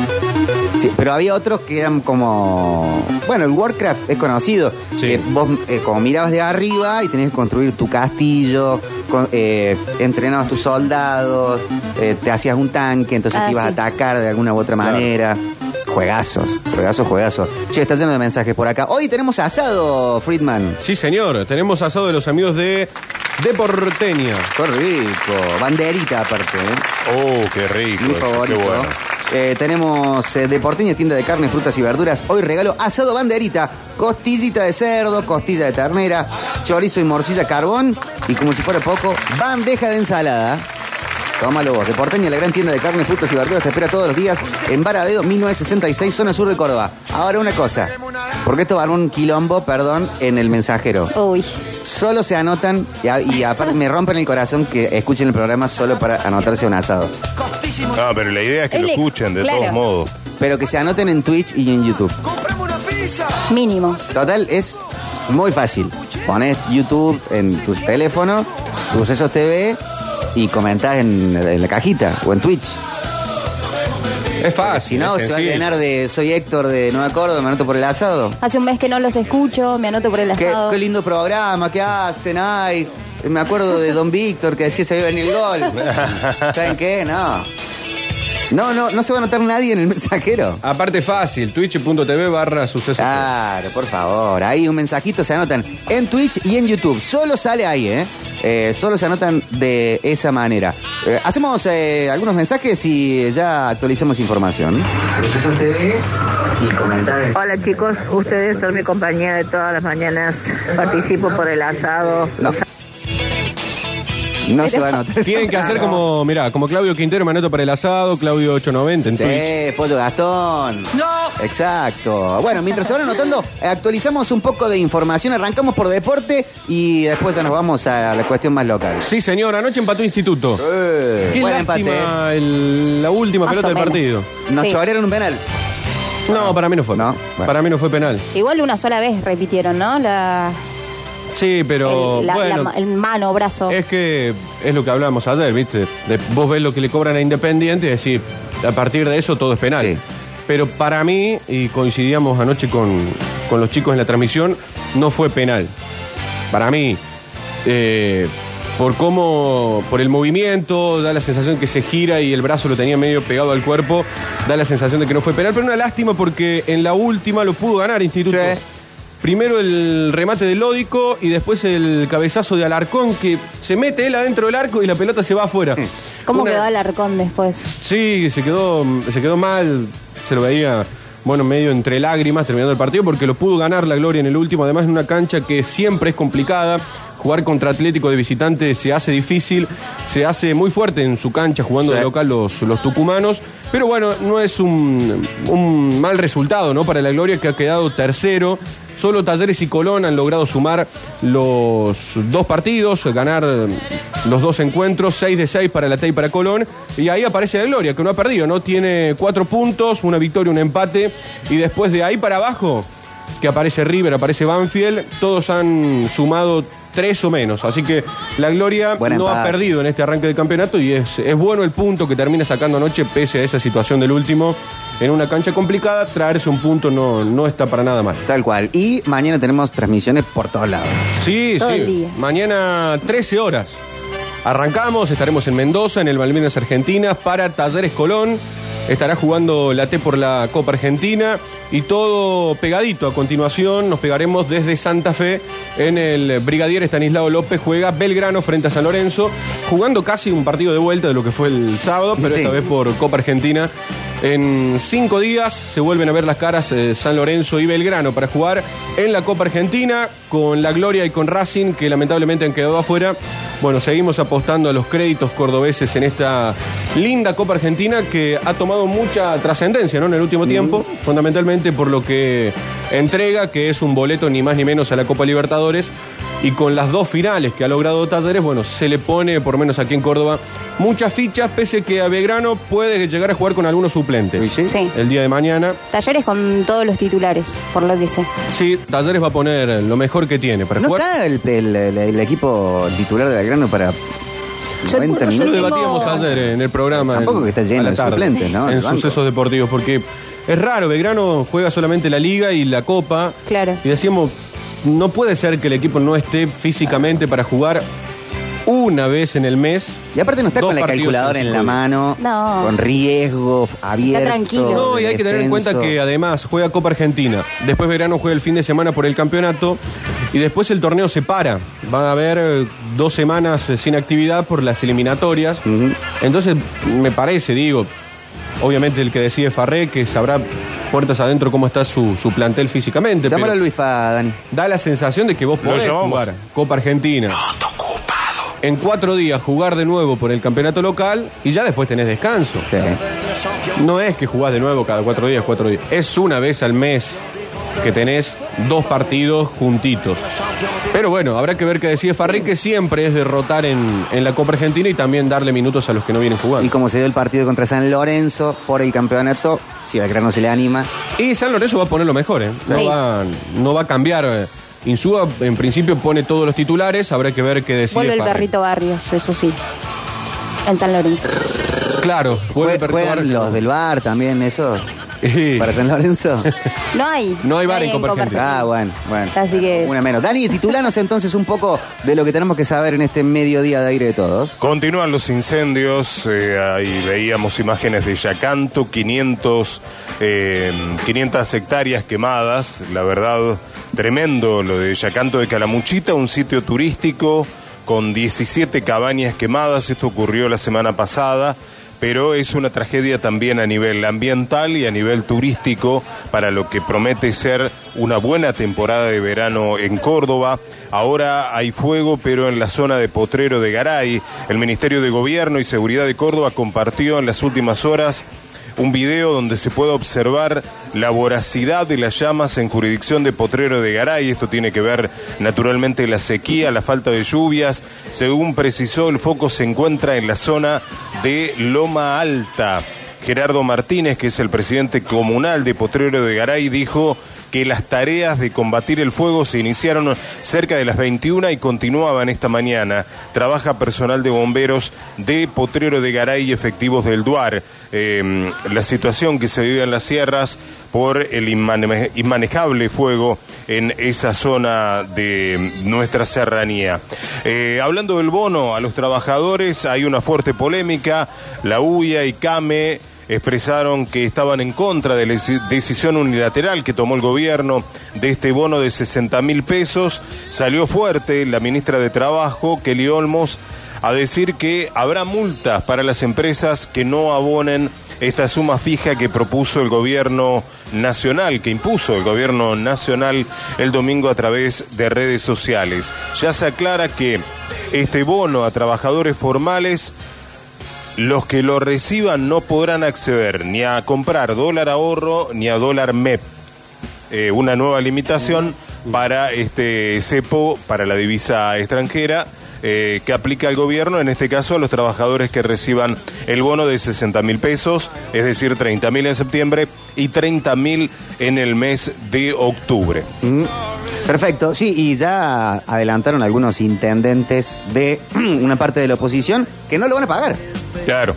Sí, pero había otros que eran como. Bueno, el Warcraft es conocido. Sí. Que vos, eh, como mirabas de arriba y tenías que construir tu castillo, con- eh, entrenabas tus soldados, eh, te hacías un tanque, entonces Ah, te ibas a sí. atacar de alguna u otra Claro. manera. Juegazos, juegazos, juegazos. Che, está lleno de mensajes por acá. Hoy tenemos asado, Friedman. Sí, señor. Tenemos asado de los amigos de Deporteña. Qué rico. Banderita aparte, ¿eh? Oh, qué rico. Mi eso, favorito. Qué bueno. Eh, tenemos eh, de Porteña, tienda de carnes, frutas y verduras. Hoy regalo asado banderita, costillita de cerdo, costilla de ternera, chorizo y morcilla carbón. Y como si fuera poco, bandeja de ensalada. Tómalo vos. De Porteña, la gran tienda de carnes, frutas y verduras, te espera todos los días en Varadero 1966, zona sur de Córdoba. Ahora una cosa, porque esto va a armar un quilombo, perdón, en el mensajero. Uy. Solo se anotan y, a- y aparte me rompen el corazón que escuchen el programa solo para anotarse a un asado. Ah, pero la idea es que Él lo le- escuchen, de claro. todos modos. Pero que se anoten en Twitch y en YouTube. Mínimo. Total, es muy fácil. Pones YouTube en tu teléfono, Sucesos TV y comentás en, en la cajita o en Twitch. Es fácil. Si no, es se va a sencillo. llenar de Soy Héctor de Nueva Córdoba, me anoto por el asado. Hace un mes que no los escucho, me anoto por el Qué, asado. qué lindo programa, qué hacen, ay. Me acuerdo de Don Víctor que decía se iba a venir el gol. ¿Saben qué? No. No, no, no se va a anotar nadie en el mensajero. Aparte fácil, twitch.tv barra suceso. Claro, por favor. Ahí un mensajito se anotan en Twitch y en YouTube. Solo sale ahí, ¿eh? Eh, solo se anotan de esa manera. Eh, hacemos eh, algunos mensajes y ya actualizamos información. Hola chicos, ustedes son mi compañía de todas las mañanas. Participo por el asado. No. No se va a anotar. Tienen que hacer como, mirá, como Claudio Quintero, Manoto para el asado, Claudio 890 en Twitch. Sí, Pollo Gastón. No. Exacto. Bueno, mientras se van anotando, eh, actualizamos un poco de información. Arrancamos por deporte y después ya nos vamos a la cuestión más local. Sí, señor, anoche empató Instituto. Eh, Qué buen lástima empate. ¿eh? el- la última Más pelota o del menos. partido. Nos Sí. chorearon un penal. No, para mí no fue. No, bueno. Para mí no fue penal. Igual una sola vez repitieron, ¿no? La, Sí, pero el, la- bueno, la- el mano, brazo. es que es lo que hablábamos ayer, ¿viste? De- vos ves lo que le cobran a Independiente y decís, a partir de eso todo es penal. Sí. Pero para mí, y coincidíamos anoche con, con los chicos en la transmisión, no fue penal. Para mí, eh, por cómo, por el movimiento, da la sensación que se gira y el brazo lo tenía medio pegado al cuerpo, da la sensación de que no fue penal, pero una lástima porque en la última lo pudo ganar Instituto. Sí. Primero el remate del Lódico y después el cabezazo de Alarcón que se mete él adentro del arco y la pelota se va afuera. ¿Cómo Una- quedó Alarcón después? Sí, se quedó, se quedó mal, se lo veía, bueno, medio entre lágrimas terminando el partido porque lo pudo ganar la Gloria en el último, además en una cancha que siempre es complicada. Jugar contra Atlético de visitante se hace difícil, se hace muy fuerte en su cancha jugando Sí. de local los, los tucumanos, pero bueno, no es un, un mal resultado ¿no? para la Gloria que ha quedado tercero. Solo Talleres y Colón han logrado sumar los dos partidos, ganar los dos encuentros, 6 de 6 para la TEI y para Colón. Y ahí aparece la Gloria, que no ha perdido, ¿no? Tiene cuatro puntos, una victoria, un empate. Y después de ahí para abajo, que aparece River, aparece Banfield, todos han sumado tres o menos. Así que la Gloria Buen no ha empate. perdido partido en este arranque de campeonato y es, es bueno el punto que termina sacando anoche pese a esa situación del último. En una cancha complicada, traerse un punto no, no está para nada mal. Tal cual. Y mañana tenemos transmisiones por todos lados. Sí, Todo sí. el día. Mañana 13 horas. Arrancamos, estaremos en Mendoza, en el Malvinas Argentina, para Talleres Colón. Estará jugando la T por la Copa Argentina y todo pegadito. A continuación nos pegaremos desde Santa Fe en el Brigadier Estanislao López. Juega Belgrano frente a San Lorenzo, jugando casi un partido de vuelta de lo que fue el sábado, pero Sí. esta vez por Copa Argentina. En cinco días se vuelven a ver las caras eh, San Lorenzo y Belgrano para jugar en la Copa Argentina con la Gloria y con Racing que lamentablemente han quedado afuera. Bueno, seguimos apostando a los créditos cordobeses en esta linda Copa Argentina que ha tomado mucha trascendencia ¿no? en el último tiempo, fundamentalmente por lo que entrega, que es un boleto ni más ni menos a la Copa Libertadores. Y con las dos finales que ha logrado Talleres, bueno, se le pone, por lo menos aquí en Córdoba, muchas fichas, pese que a Belgrano puede llegar a jugar con algunos suplentes. ¿Y sí? Sí. El día de mañana. Talleres con todos los titulares, por lo que sé. Sí, Talleres va a poner lo mejor que tiene para ¿No jugar. está el, el- el- el equipo titular de Belgrano para 90 yo Eso lo minutos? tengo- debatíamos ayer en el programa. Tampoco en- que está a lleno la de tarde, suplentes, ¿no? El En banco. sucesos deportivos, porque es raro, Belgrano juega solamente la Liga y la Copa. Claro. Y decíamos, no puede ser que el equipo no esté físicamente para jugar una vez en el mes. Y aparte no está Dos con la partidos calculadora en en su la juego. mano, No. con riesgo abierto. tranquilo. No, y hay que tener en cuenta descenso. que además juega Copa Argentina, después verano juega el fin de semana por el campeonato y después el torneo se para. Van a haber eh, dos semanas eh, sin actividad por las eliminatorias. Entonces, me parece, digo, obviamente el que decide Farré, que sabrá puertas adentro cómo está su, su plantel físicamente. Llámalo a pero Luis Fa, Dani. da la sensación de que vos Lo podés llamamos. jugar Copa Argentina. En cuatro días jugar de nuevo por el campeonato local y ya después tenés descanso. Sí. No es que jugás de nuevo cada cuatro días, cuatro días. Es una vez al mes que tenés dos partidos juntitos. Pero bueno, habrá que ver qué decide Farré, que siempre es derrotar en, en la Copa Argentina y también darle minutos a los que no vienen Y jugando. como se dio el partido contra San Lorenzo por el campeonato, si Belgrano se le anima, Y San Lorenzo va a poner lo mejor, ¿eh? No, Sí. va, no va a cambiar. eh. Insúa, en principio, pone todos los titulares. Habrá que ver qué Vuelve decide el Farré. perrito Barrios, eso sí. En San Lorenzo. Claro, vuelve el jue- perrito juegan Barrio. los del bar también, eso, Sí. para San Lorenzo. No hay. No hay bar en Copa Ah, bueno, bueno. Así que- Una menos. Dani, titulanos entonces un poco de lo que tenemos que saber en este mediodía de aire de todos. Continúan los incendios, eh, ahí veíamos imágenes de Yacanto, 500, eh, 500 hectáreas quemadas, la verdad, tremendo lo de Yacanto de Calamuchita, un sitio turístico con 17 cabañas quemadas, esto ocurrió la semana pasada, pero es una tragedia también a nivel ambiental y a nivel turístico para lo que promete ser una buena temporada de verano en Córdoba. Ahora hay fuego, pero en la zona de Potrero de Garay. El Ministerio de Gobierno y Seguridad de Córdoba compartió en las últimas horas un video donde se puede observar la voracidad de las llamas en jurisdicción de Potrero de Garay. Esto tiene que ver naturalmente la sequía, la falta de lluvias. Según precisó, el foco se encuentra en la zona de Loma Alta. Gerardo Martínez, que es el presidente comunal de Potrero de Garay, dijo que las tareas de combatir el fuego se iniciaron cerca de las 21 y continuaban esta mañana. Trabaja personal de bomberos de Potrero de Garay y efectivos del Duar. Eh, la situación que se vive en las sierras por el inmane- inmanejable fuego en esa zona de nuestra serranía. Eh, hablando del bono a los trabajadores, hay una fuerte polémica. La UIA y CAME expresaron que estaban en contra de la deci- decisión unilateral que tomó el gobierno de este bono de 60 mil pesos. Salió fuerte la ministra de Trabajo, Kelly Olmos, a decir que habrá multas para las empresas que no abonen esta suma fija que propuso el gobierno nacional, que impuso el gobierno nacional el domingo a través de redes sociales. Ya se aclara que este bono a trabajadores formales los que lo reciban no podrán acceder ni a comprar dólar ahorro ni a dólar MEP. Eh, una nueva limitación para este cepo, para la divisa extranjera, eh, que aplica el gobierno, en este caso a los trabajadores que reciban el bono de 60 mil pesos, es decir, 30 mil en septiembre y 30 mil en el mes de octubre. Perfecto, sí, y ya adelantaron algunos intendentes de una parte de la oposición que no lo van a pagar. Claro.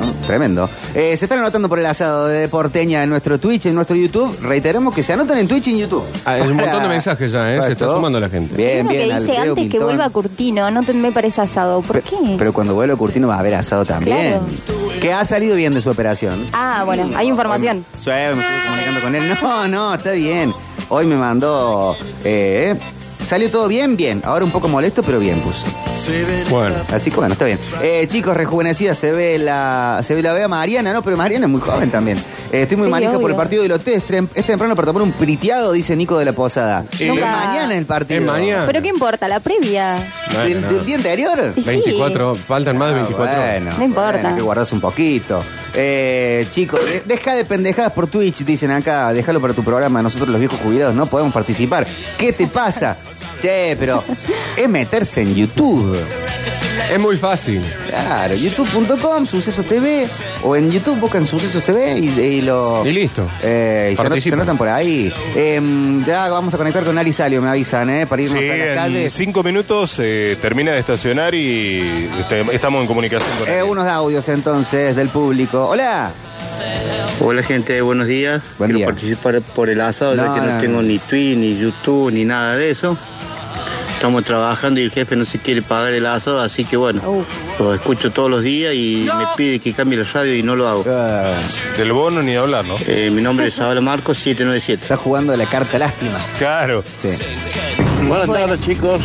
¿no? Tremendo. Eh, se están anotando por el asado de Porteña en nuestro Twitch, en nuestro YouTube. Reiteramos que se anotan en Twitch y en YouTube. Ah, es un montón de mensajes ya, ¿eh? Se está Exacto. sumando la gente. Bien, Uno bien. que al dice Leo antes que Milton. vuelva Curtino, no te- me parece asado. ¿Por Pe- qué? Pero cuando vuelva Curtino va a haber asado también. Que ha salido bien de su operación. ah, bueno, hay información. Yo eh, me estoy comunicando con él. No, no, está bien. Hoy me mandó. eh, salió todo bien, bien. Ahora un poco molesto, pero bien puso. Bueno. Así que bueno, está bien. Eh, chicos, rejuvenecida se ve la se ve la vea Mariana, ¿no? Pero Mariana es muy joven también. Eh, estoy muy Sí, manija por obvio. el partido de los test. Es temprano para tomar un priteado, dice Nico de la Posada. Eh, Es Nunca- mañana el partido. Es mañana. Pero qué importa, la previa. Bueno, ¿Del, no. del día anterior? Y sí. 24, faltan más de 24 Ah, horas. bueno, No importa. bueno, hay que guardarse un poquito. Eh, chicos, de- deja de pendejadas por Twitch, dicen acá. Déjalo para tu programa. Nosotros los viejos jubilados no podemos participar. ¿Qué te pasa? Che, pero es meterse en YouTube. Es muy fácil. Claro, youtube.com, Suceso TV, o en YouTube buscan Suceso TV y, y lo... Y listo. Eh, y se, not- se Participan. notan por ahí. Em, ya vamos a conectar con Ari Salio, me avisan, ¿eh? Para irnos Sí, a las en calles. cinco minutos eh, termina de estacionar y este, estamos en comunicación con Eh, él. unos audios entonces del público. Hola. Hola gente, buenos días. Buen Quiero día. participar por el asado, No, ya que no, no, tengo no. ni Twitch, ni YouTube, ni nada de eso. Estamos trabajando y el jefe no se quiere pagar el asado, así que bueno, Uf. lo escucho todos los días y me pide que cambie la radio y no lo hago. Ah, Del bono ni hablar, ¿no? Eh, mi nombre es Isabel Marcos, 797. está jugando a la carta lástima. Claro. Sí. Buenas Bueno. tardes, chicos.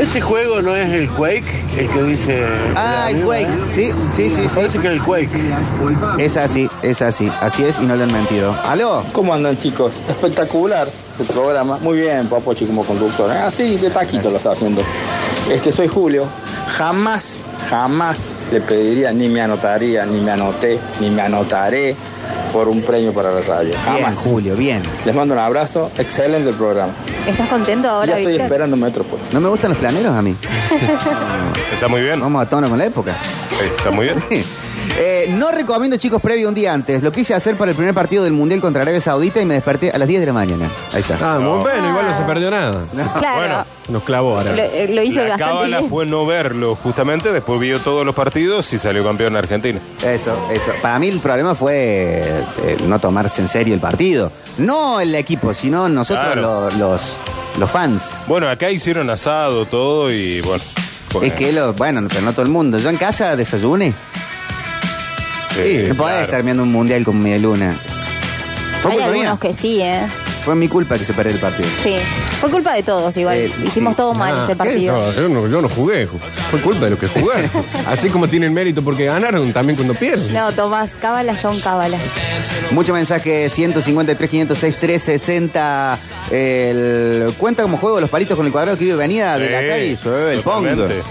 Ese juego no es el Quake, el que dice. Ah, el arriba, Quake. ¿eh? Sí, sí, sí, sí. Parece que el Quake. Es así, es así. Así es y no le han mentido. ¿Aló? ¿Cómo andan chicos? Espectacular el programa. Muy bien, Papochi como conductor. Así de taquito lo está haciendo. Este soy Julio. Jamás, jamás le pediría, ni me anotaría, ni me anoté, ni me anotaré por un premio para la radio. Bien, Jamás. Julio, bien. Les mando un abrazo. Excelente el programa. ¿Estás contento ahora, ya estoy Víctor? esperando Metrópolis. No me gustan los planeros a mí. Está muy bien. Vamos a tono con la época. Está muy bien. Eh, no recomiendo chicos previo un día antes. Lo quise hacer para el primer partido del Mundial contra Arabia Saudita y me desperté a las 10 de la mañana. Ahí está. Ah, muy bueno, igual no se perdió nada. Claro. Se nos clavó ahora. Lo, eh, lo hizo La bastante cábala bien. fue no verlo, justamente. Después vio todos los partidos y salió campeón de Argentina. Eso, eso. Para mí el problema fue eh, no tomarse en serio el partido. No el equipo, sino nosotros Claro. lo- los, los fans. Bueno, acá hicieron asado, todo y bueno. pues, Es que, lo, bueno, pero no todo el mundo. Yo en casa desayuné. Sí, no podés claro. estar viendo un mundial con media luna. Fue Hay culpa algunos mía. que sí, ¿eh? Fue mi culpa que se perdió el partido. Sí. Fue culpa de todos igual. Eh, Hicimos sí. todo mal Ah, ese ¿qué? partido. No, yo, no, yo no jugué, ju- fue culpa de los que jugaron. Así como tienen mérito porque ganaron también cuando pierden. No, Tomás, cábalas son cábalas. Mucho mensaje, 153, 506, 360. El, cuenta como juego los palitos con el cuadrado que vive venía de la Sí, calle. Sí, el pongo. totalmente.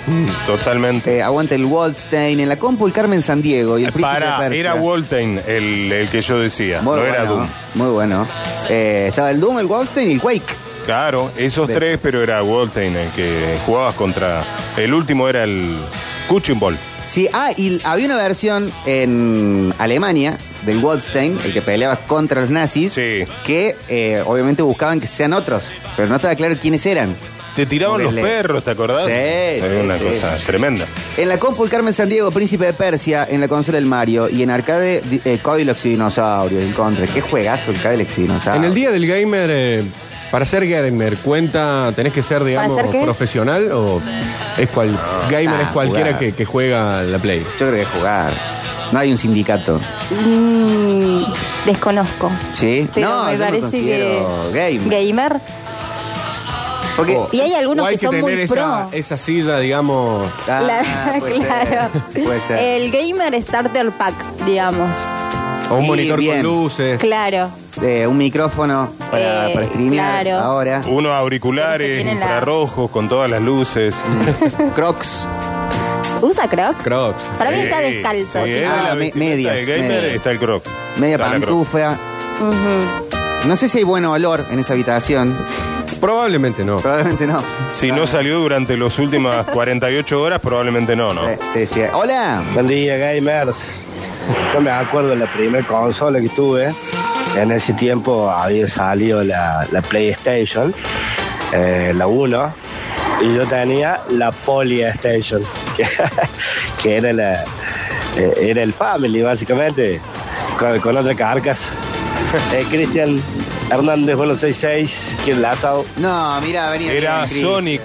Totalmente. Eh, aguante el Waldstein. En la compu el Carmen San Diego y el Príncipe de Para, Persia. era Woltein el, el que yo decía, Muy no bueno, era Doom. Muy bueno. Eh, estaba el Doom, el Waldstein y el Quake. Claro, esos Bien. tres, pero era Woltein el que jugabas contra. El último era el Kuchin Ball. Sí, ah, y había una versión en Alemania del Waldstein, el que peleaba contra los nazis, Sí. que eh, obviamente buscaban que sean otros, pero no estaba claro quiénes eran. Te tiraban los Dele. perros, ¿te acordás? Sí, Era sí, una sí. cosa tremenda. En la compu el Carmen San Diego, Príncipe de Persia, en la consola el Mario y en arcade di- eh, Cadillacs y Dinosaurios, el Contra. Qué juegazo el Cadillacs y Dinosaurios. En el día del gamer, eh, para ser gamer, cuenta, tenés que ser, digamos, ser qué? profesional o es cual. gamer Ah, es cualquiera jugar. que, que juega la Play. Yo creo que es jugar. No hay un sindicato. Mm, desconozco. ¿Sí? Pero no, me yo parece considero que. gamer. Gamer. Porque. Y hay algunos o hay que, que, son tener muy esa, pro. esa silla, digamos. Ah, Claro, puede ser, claro. puede ser. El gamer starter pack, digamos. O un Y monitor bien. con luces. Claro. Eh, un micrófono para, Eh, para streamear claro. ahora. Unos Los que auriculares tienen la- infrarrojos con todas las luces. Crocs. ¿Usa Crocs? Crocs. Para mí Sí, está descalzo. Eh, sí, así. era Ah, la me- bicicleta medias, del gamer, medias. está el croc. Media Está la croc. pantufa. Ujú. No sé si hay buen olor en esa habitación. Probablemente no. Probablemente no. Si Ah. no salió durante las últimas 48 horas, probablemente no, ¿no? Eh, Sí, sí. Hola. Buen día, gamers. Yo me acuerdo de la primera consola que tuve. En ese tiempo había salido la, la PlayStation, eh, la 1, y yo tenía la Polystation, que, que era, la, eh, era el Family, básicamente, con, con otra carcasa. Eh, Cristian Hernández, 166, quien la asado. No, mira, venía. Era bien, Sonic,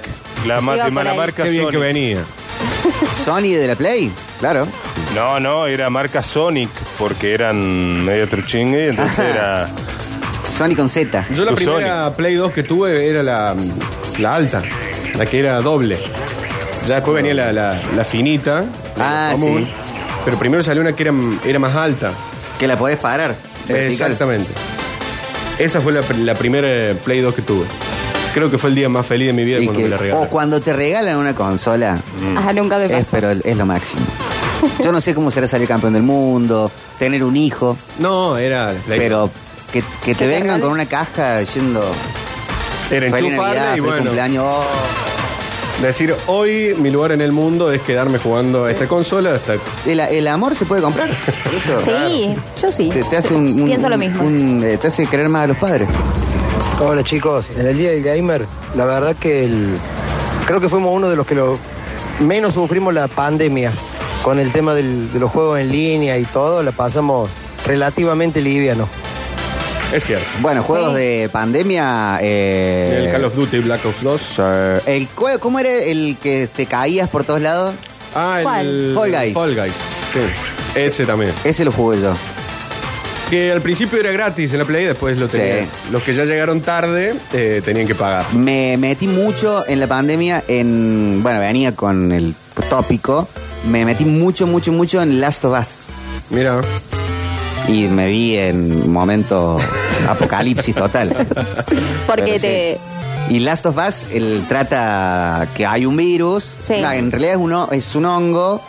la, ma- Iba de por mala ahí. marca Qué bien que Sonic. venía. Sony de la Play. Claro. No, no, era marca Sonic, porque eran media truchingue, entonces Ajá. era... Sony con Z. Yo la Tu primera Play 2 que tuve era la, la alta, la que era doble. Ya después venía la, la- la finita, la Ah, común, sí. pero primero salió una que era, era más alta. Que la podés parar. vertical. Exactamente. Esa fue la, pr- la primera eh, Play 2 que tuve. Creo que fue el día más feliz de mi vida Y cuando que- me la regalaron. o cuando te regalan una consola. Ajá, Ah, nunca me Es, pasó. pero es lo máximo. Yo no sé cómo será salir campeón del mundo, tener un hijo, No, era la Play pero que, que te te vengan regalen? con una caja yendo. Feliz Era Navidad, enchufarle y feliz bueno, cumpleaños. Oh, decir hoy mi lugar en el mundo es quedarme jugando a esta consola hasta ¿El, el amor se puede comprar? Por eso, Sí, yo sí. Te, te hace un, un- Pienso lo un- mismo. un, eh, te hace querer más a los padres. Hola chicos, en el Día del Gamer, la verdad que el- creo que fuimos uno de los que lo menos sufrimos la pandemia con el tema del- de los juegos en línea y todo, la pasamos relativamente liviano. es cierto. Bueno, juegos de pandemia. eh, el Call of Duty Black Ops 2. Sir. El, ¿cuál- ¿Cómo era el que te caías por todos lados? Ah, el ¿Cuál? Fall Guys. Fall Guys. Sí. Ese también. Ese lo jugué yo. Que al principio era gratis en la Play, después lo tenían. Los que ya llegaron tarde eh, tenían que pagar. Me metí mucho en la pandemia en. Bueno, venía con el tópico. Me metí mucho, mucho, mucho en Last of Us. Mira, Y me vi en momento apocalipsis total. Porque Pero te. sí. Y Last of Us él trata que hay un virus. Sí. No, en realidad es un, ho- es un hongo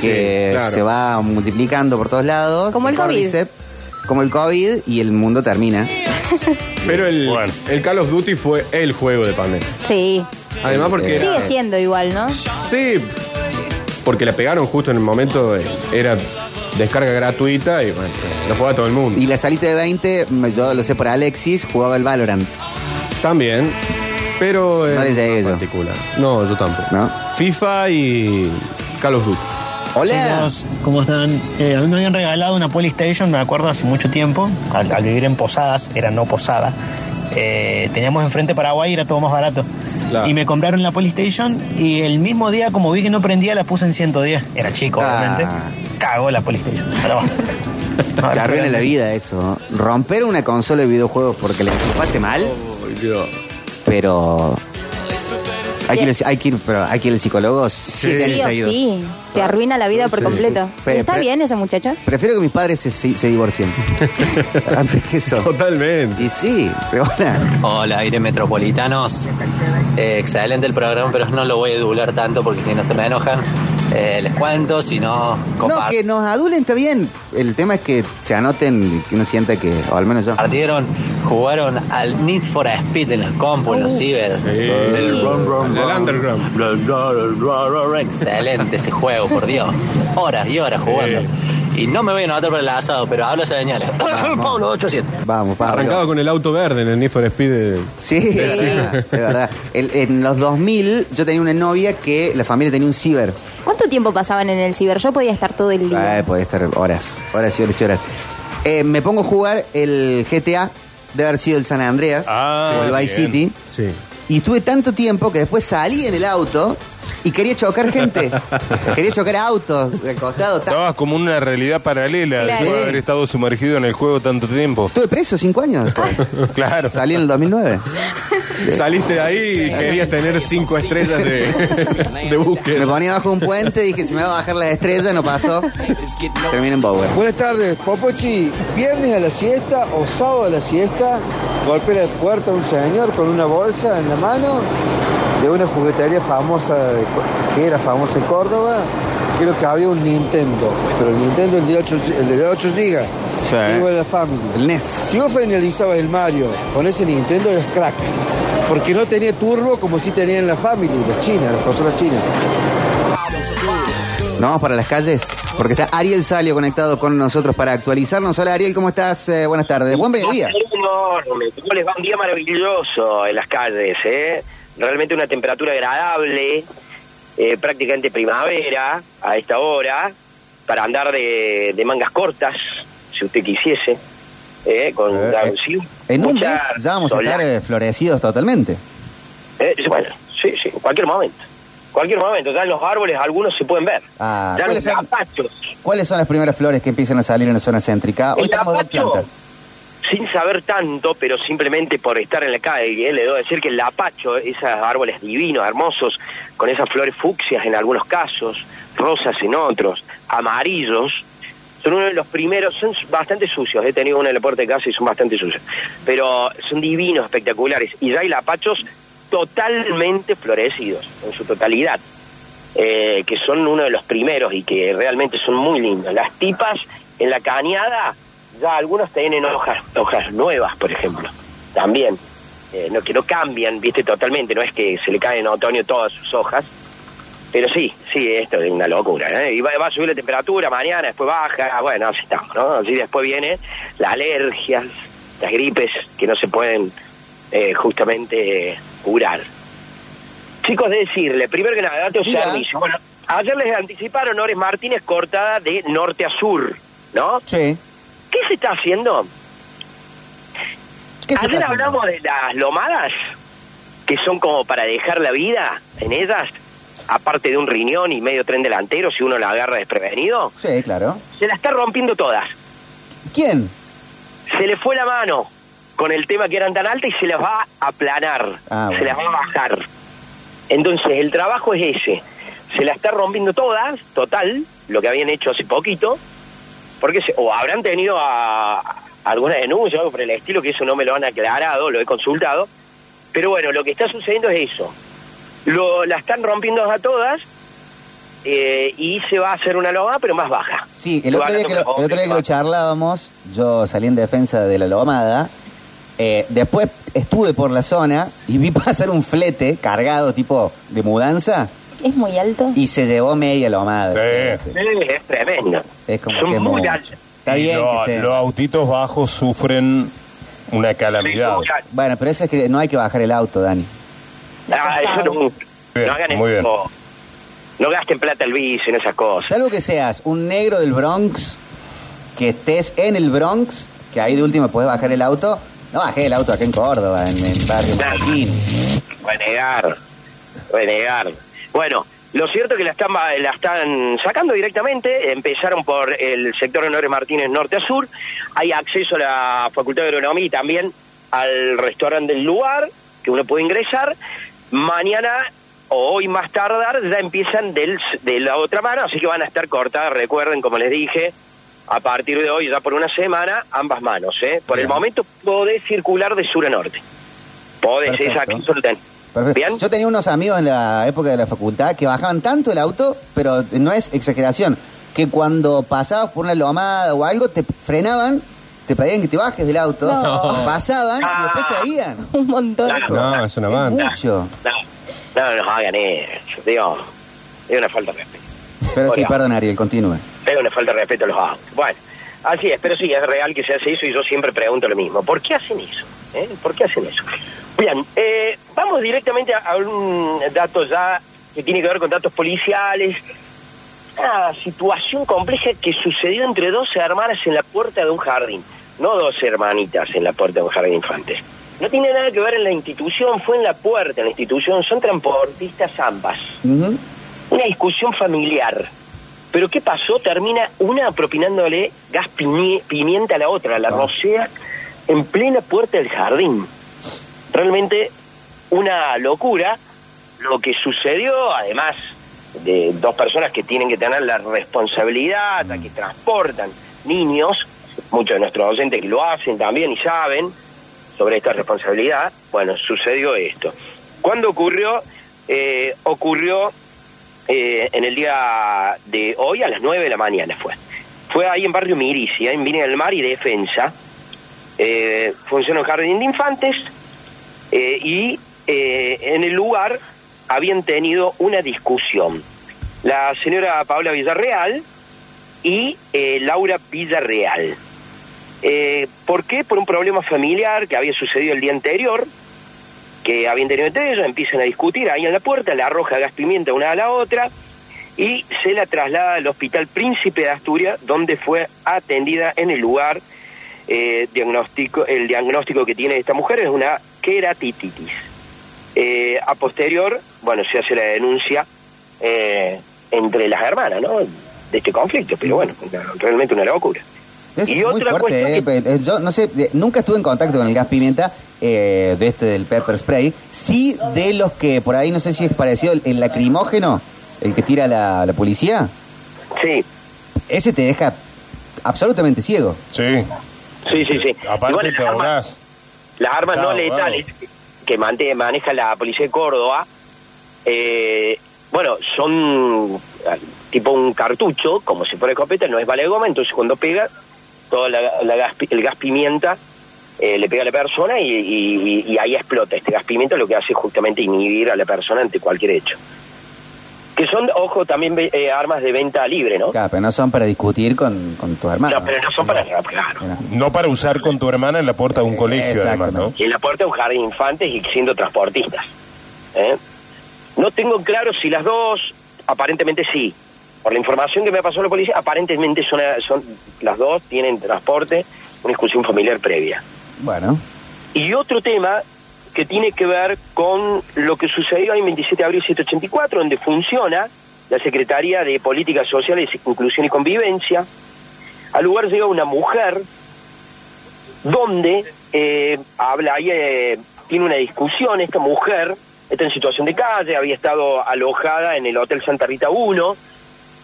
que Sí, claro. se va multiplicando por todos lados. Como el COVID. cordyceps, Como el COVID y el mundo termina. pero el, Bueno. el Call of Duty fue el juego de pandemia. Sí. Además porque... era- Sigue siendo igual, ¿no? eh, Sí, porque la pegaron justo en el momento, eh, era descarga gratuita y bueno, lo jugaba todo el mundo. Y la salita de 20, me- yo lo sé por Alexis, jugaba el Valorant. También, pero eh, No le llegué yo. particular. No, yo tampoco. ¿No? FIFA y Call of Duty. Hola. Chicos, ¿cómo están? Eh, a mí me habían regalado una PlayStation, me acuerdo hace mucho tiempo, al, al vivir en Posadas, era no Posada. eh, teníamos enfrente Paraguay y era todo más barato. Claro. Y me compraron la PlayStation y el mismo día, como vi que no prendía, la puse en 110. Era chico, Ah. obviamente. Cagó la PlayStation. Pero bueno. Te arruina la vida eso. Romper una consola de videojuegos porque le chupaste mal, pero. Hay que, ir, hay, que ir, pero hay que ir al psicólogo siete Sí años o seguidos. sí. Te arruina la vida por completo. Ah. Pero- ¿Está pero- bien ese muchacho? Prefiero que mis padres se, se divorcien. Antes que eso. Totalmente. Y sí, Peona. Hola, aire metropolitanos. Eh, excelente el programa, pero no lo voy a dular tanto porque si no se me enojan. Eh, les cuento, si no, No, que nos adulen está bien. El tema es que se anoten, que uno sienta que, o al menos yo. compartieron, jugaron al Need for Speed en los compu, en los ciber. En el run, run, El run. Underground. Bla, bla, bla, bla, bla, bla. Excelente ese juego, por Dios. Horas y horas jugando. Y no me voy a notar por el asado, pero hablo señales. Pablo 87. Vamos, Pablo. Arrancaba con el auto verde en el Need for Speed. eh, Sí, de verdad. El- en los 2000 yo tenía una novia que la familia tenía un ciber. ¿Cuánto tiempo pasaban en el ciber? Yo podía estar todo el día. Ah, podía estar horas, horas y horas y horas. Eh, me pongo a jugar el GTA, de haber sido el San Andreas, Ah, o el Vice bien. City. Sí. Y estuve tanto tiempo que después salí en el auto y quería chocar gente. quería chocar autos del costado. ta- Estabas como una realidad paralela Claro. después de haber estado sumergido en el juego tanto tiempo. Estuve preso cinco años después. Claro. Salí en el 2009. Saliste de ahí y querías tener cinco estrellas de, de Me búsqueda. ponía bajo un puente, dije, si me va a bajar las estrellas, no pasó. Terminé en Bower. Buenas tardes, Popochi. Viernes a la siesta o sábado a la siesta, golpea la puerta a un señor con una bolsa en la mano de una juguetería famosa, de Co- que era famosa en Córdoba. Creo que había un Nintendo, pero el Nintendo el de 8, el de 8 GB. Igual a la familia. El NES. Si vos finalizabas el Mario con ese Nintendo, eres crack. Porque no tenía turbo como si tenían la Family, los chinas, las consolas chinas. Nos vamos para las calles, porque está Ariel Salio conectado con nosotros para actualizarnos. Hola Ariel, ¿cómo estás? Eh, buenas tardes. Buen mediodía. ¿Cómo les va? Un día maravilloso en las calles, ¿eh? Realmente una temperatura agradable, eh, prácticamente primavera a esta hora, para andar de, de mangas cortas, si usted quisiese, ¿eh? Con Eh, la- eh, sí, En un mucha mes ya vamos a sola- estar eh, florecidos totalmente. eh, bueno, sí, sí, en cualquier momento. Cualquier momento, ya en los árboles algunos se pueden ver. Ah, ya ¿cuáles los son? zapachos. ¿Cuáles son las primeras flores que empiezan a salir en la zona céntrica? Hoy El tenemos dos lapacho, plantas. sin saber tanto, pero simplemente por estar en la calle, ¿eh? le debo decir que el lapacho, esos árboles divinos, hermosos, con esas flores fucsias en algunos casos, rosas en otros, amarillos, son uno de los primeros, son bastante sucios, he tenido uno en la puerta de casa y son bastante sucios, pero son divinos, espectaculares, y ya hay lapachos totalmente florecidos, en su totalidad eh, que son uno de los primeros y que realmente son muy lindos. Las tipas en la cañada, ya algunos tienen hojas, hojas nuevas, por ejemplo, también. eh, no, que no cambian, viste, totalmente, no es que se le caen en otoño todas sus hojas, pero sí, sí, esto es una locura, ¿eh? Y va, va a subir la temperatura mañana, después baja, bueno, así estamos, ¿no? Así después viene las alergias, las gripes que no se pueden eh, justamente eh, curar. Chicos, decirle, primero que nada, date un Mira. servicio. Bueno, ayer les anticiparon, Nores Martínez cortada de norte a sur, ¿no? Sí. ¿Qué se está haciendo? ¿Qué se Ayer está haciendo? hablamos de las lomadas, que son como para dejar la vida en ellas, aparte de un riñón y medio tren delantero, si uno la agarra desprevenido. Sí, claro. Se la está rompiendo todas. ¿Quién? Se le fue la mano con el tema que eran tan altas y se las va a aplanar, Ah, se bueno. las va a bajar. Entonces, el trabajo es ese. Se la está rompiendo todas, total, lo que habían hecho hace poquito, porque se- o habrán tenido a, a alguna denuncia o algo por el estilo, que eso no me lo han aclarado, lo he consultado. Pero bueno, lo que está sucediendo es eso. Lo, la están rompiendo a todas eh, y se va a hacer una loma, pero más baja. Sí, el otro, día que lo, el otro día que lo charlábamos, yo salí en defensa de la lomada. eh, después estuve por la zona y vi pasar un flete cargado tipo de mudanza Es muy alto. y se llevó media lomada. Sí. es tremendo. Es como Son que muy mucho. altas. Está Y bien lo- que esté- los autitos bajos sufren una calamidad. Bueno, pero eso es que no hay que bajar el auto, Dani. Ah, eso no, no hagan muy bien. eso. No gasten plata al bici en esas cosas. Salvo que seas un negro del Bronx, que estés en el Bronx, que ahí de última puedes bajar el auto. No bajé el auto acá en Córdoba, en el barrio Marroquín. Renegar. Renegar. Bueno, lo cierto es que la están, va- la están sacando directamente. Empezaron por el sector Honores Martínez norte a sur. Hay acceso a la Facultad de Agronomía y también al restaurante del lugar, que uno puede ingresar. Mañana o hoy más tardar ya empiezan del, de la otra mano, así que van a estar cortadas, recuerden, como les dije, a partir de hoy, ya por una semana, ambas manos. ¿eh? Por el momento podés circular de sur a norte. Podés, esa acceso lo tenés. Perfecto. Yo tenía unos amigos en la época de la facultad que bajaban tanto el auto, pero no es exageración, que cuando pasabas por una lomada o algo, te frenaban, te pedían que te bajes del auto, No. pasaban y después seguían. Un montón. No, es una banda. Mucho. No, no, no nos hagan eso. Digo, es una falta de respeto. Pero sí, Hola. perdón, Ariel, continúe. Es una falta de respeto a los autos. Bueno, así es, pero sí, es real que se hace eso y yo siempre pregunto lo mismo. ¿Por qué hacen eso? ¿Eh? ¿Por qué hacen eso? Bien, eh, vamos directamente a, a un dato ya que tiene que ver con datos policiales. Una situación compleja que sucedió entre dos hermanas en la puerta de un jardín. No dos hermanitas en la puerta de un jardín infantes. No tiene nada que ver en la institución, fue en la puerta, en la institución. Son transportistas ambas Ujú. una discusión familiar. Pero ¿qué pasó? Termina una propinándole gas piñe- pimienta a la otra, la rocea en plena puerta del jardín. Realmente una locura lo que sucedió, además de dos personas que tienen que tener la responsabilidad, la que transportan niños, muchos de nuestros docentes que lo hacen también y saben sobre esta responsabilidad, bueno, sucedió esto. ¿Cuándo ocurrió? Eh, ocurrió eh, en el día de hoy a las 9 de la mañana fue. Fue ahí en Barrio Miricia, en Viña del Mar y Defensa. Eh, funcionó el Jardín de Infantes eh, y eh, en el lugar habían tenido una discusión. La señora Paula Villarreal y eh, Laura Villarreal. Eh, ¿Por qué? Por un problema familiar que había sucedido el día anterior, que habían tenido entre ellos, empiezan a discutir ahí en la puerta, la arroja gas pimienta una a la otra y se la traslada al Hospital Príncipe de Asturias, donde fue atendida en el lugar. eh, diagnóstico, el diagnóstico que tiene esta mujer es una queratitis. Eh, a posterior, bueno, se hace la denuncia eh, entre las hermanas, ¿no? De este conflicto, pero bueno, realmente una locura. Es Y muy otra cuestión fuerte, eh, pe- eh, Yo no sé, de- nunca estuve en contacto con el gas pimienta eh, de este del pepper spray. Sí de los que por ahí, no sé si es parecido el, el lacrimógeno, el que tira la, la policía. Sí, Ese te deja absolutamente ciego. Sí. sí, sí, sí. Aparte Igual te las armas- ahogás. Las armas Claro, no letales que mante- maneja la policía de Córdoba, eh, bueno, son ah, tipo un cartucho, como si fuera escopeta, no es bala de goma, entonces cuando pega, todo la, la gas pi- el gas pimienta eh, le pega a la persona y, y- y- y ahí explota. Este gas pimienta lo que hace es justamente inhibir a la persona ante cualquier hecho. Que son, ojo, también ve- eh, armas de venta libre, ¿no? Claro, pero no son para discutir con, con tus hermanos. No, pero no son para claro. No para usar con tu hermana en la puerta de un colegio, además, ¿no? Y en la puerta de un jardín de infantes y siendo transportistas. ¿eh? No tengo claro si las dos, aparentemente sí. Por la información que me pasó la policía, aparentemente son, son las dos tienen transporte, una excursión familiar previa. Bueno, Y otro tema que tiene que ver con lo que sucedió en 27 de abril 784, donde funciona la Secretaría de Políticas Sociales, Inclusión y Convivencia. Al lugar llega una mujer donde eh, habla, ahí eh, tiene una discusión, esta mujer está en situación de calle, había estado alojada en el Hotel Santa Rita 1,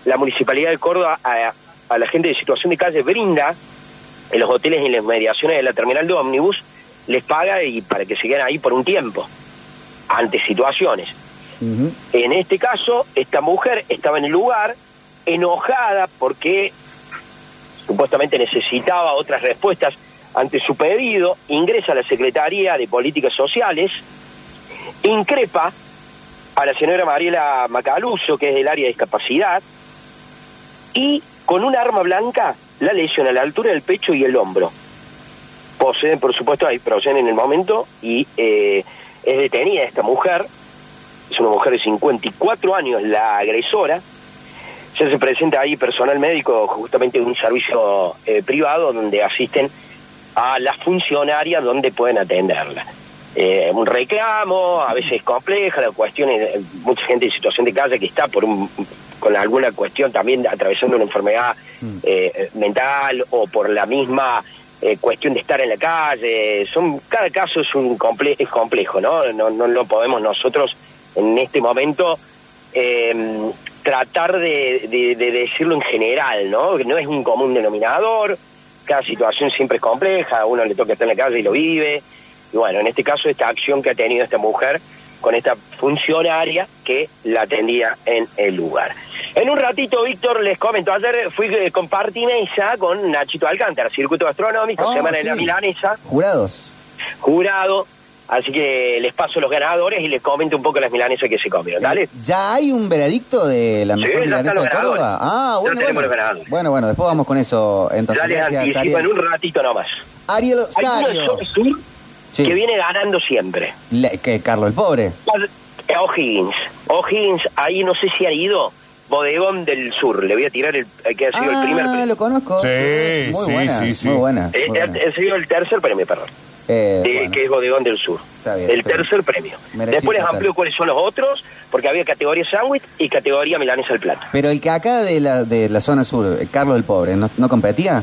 la Municipalidad de Córdoba a, a la gente de situación de calle brinda en los hoteles y en las mediaciones de la terminal de ómnibus, les paga y para que se queden ahí por un tiempo, ante situaciones. En este caso, esta mujer estaba en el lugar enojada porque supuestamente necesitaba otras respuestas ante su pedido, ingresa a la Secretaría de Políticas Sociales, increpa a la señora Mariela Macaluso, que es del área de discapacidad, y con un arma blanca la lesiona a la altura del pecho y el hombro. Poseen, por supuesto, ahí proceden en el momento y eh, es detenida esta mujer, es una mujer de 54 años, la agresora, ya se presenta ahí personal médico, justamente de un servicio eh, privado donde asisten a las funcionarias donde pueden atenderla. Eh, un reclamo, a veces compleja, la cuestión es, eh, mucha gente en situación de calle que está por un, con alguna cuestión también atravesando una enfermedad eh, mental o por la misma eh, cuestión de estar en la calle. Son cada caso es un comple- es complejo, ¿no? No, no lo podemos nosotros en este momento eh, tratar de, de- de decirlo en general, ¿no? No es un común denominador, cada situación siempre es compleja, a uno le toca estar en la calle y lo vive. Y bueno, en este caso esta acción que ha tenido esta mujer con esta funcionaria que la atendía en el lugar. En un ratito, Víctor, les comento, ayer fui eh, con Partinesa, con Nachito Alcántara, Circuito Astronómico, Ah, Semana de sí. la Milanesa, jurados. jurado, así que les paso los ganadores y les comento un poco las milanesas que se comieron, ¿dale? ¿Ya hay un veredicto de la Sí, mejor ya están milanesa los de Córdoba? ganadores. Ah, Ya bueno. tenemos bueno. los ganadores. bueno, bueno, después vamos con eso. Entonces, Ya les gracias, anticipo en Ariel. un ratito nomás. Ariel Hay uno de Osario. Zona Sur Sí. que viene ganando siempre. Le- que Carlos el Pobre. Eh, O'Higgins. O'Higgins, ahí no sé si ha ido. Bodegón del Sur. Le voy a tirar el el que ha sido el primer Ah, premio. lo conozco. Sí, muy sí, buena, sí, sí. Muy buena. Eh, muy buena. ha- ha sido el tercer premio, perdón. Eh, de- bueno, Que es Bodegón del Sur. Está bien, el está bien. tercer premio. Merecido Después les total. amplió cuáles son los otros, porque había categoría sándwich y categoría milanesa al plato. Pero el que acá de la, de la zona sur, eh, Carlos el Pobre, ¿no, no competía?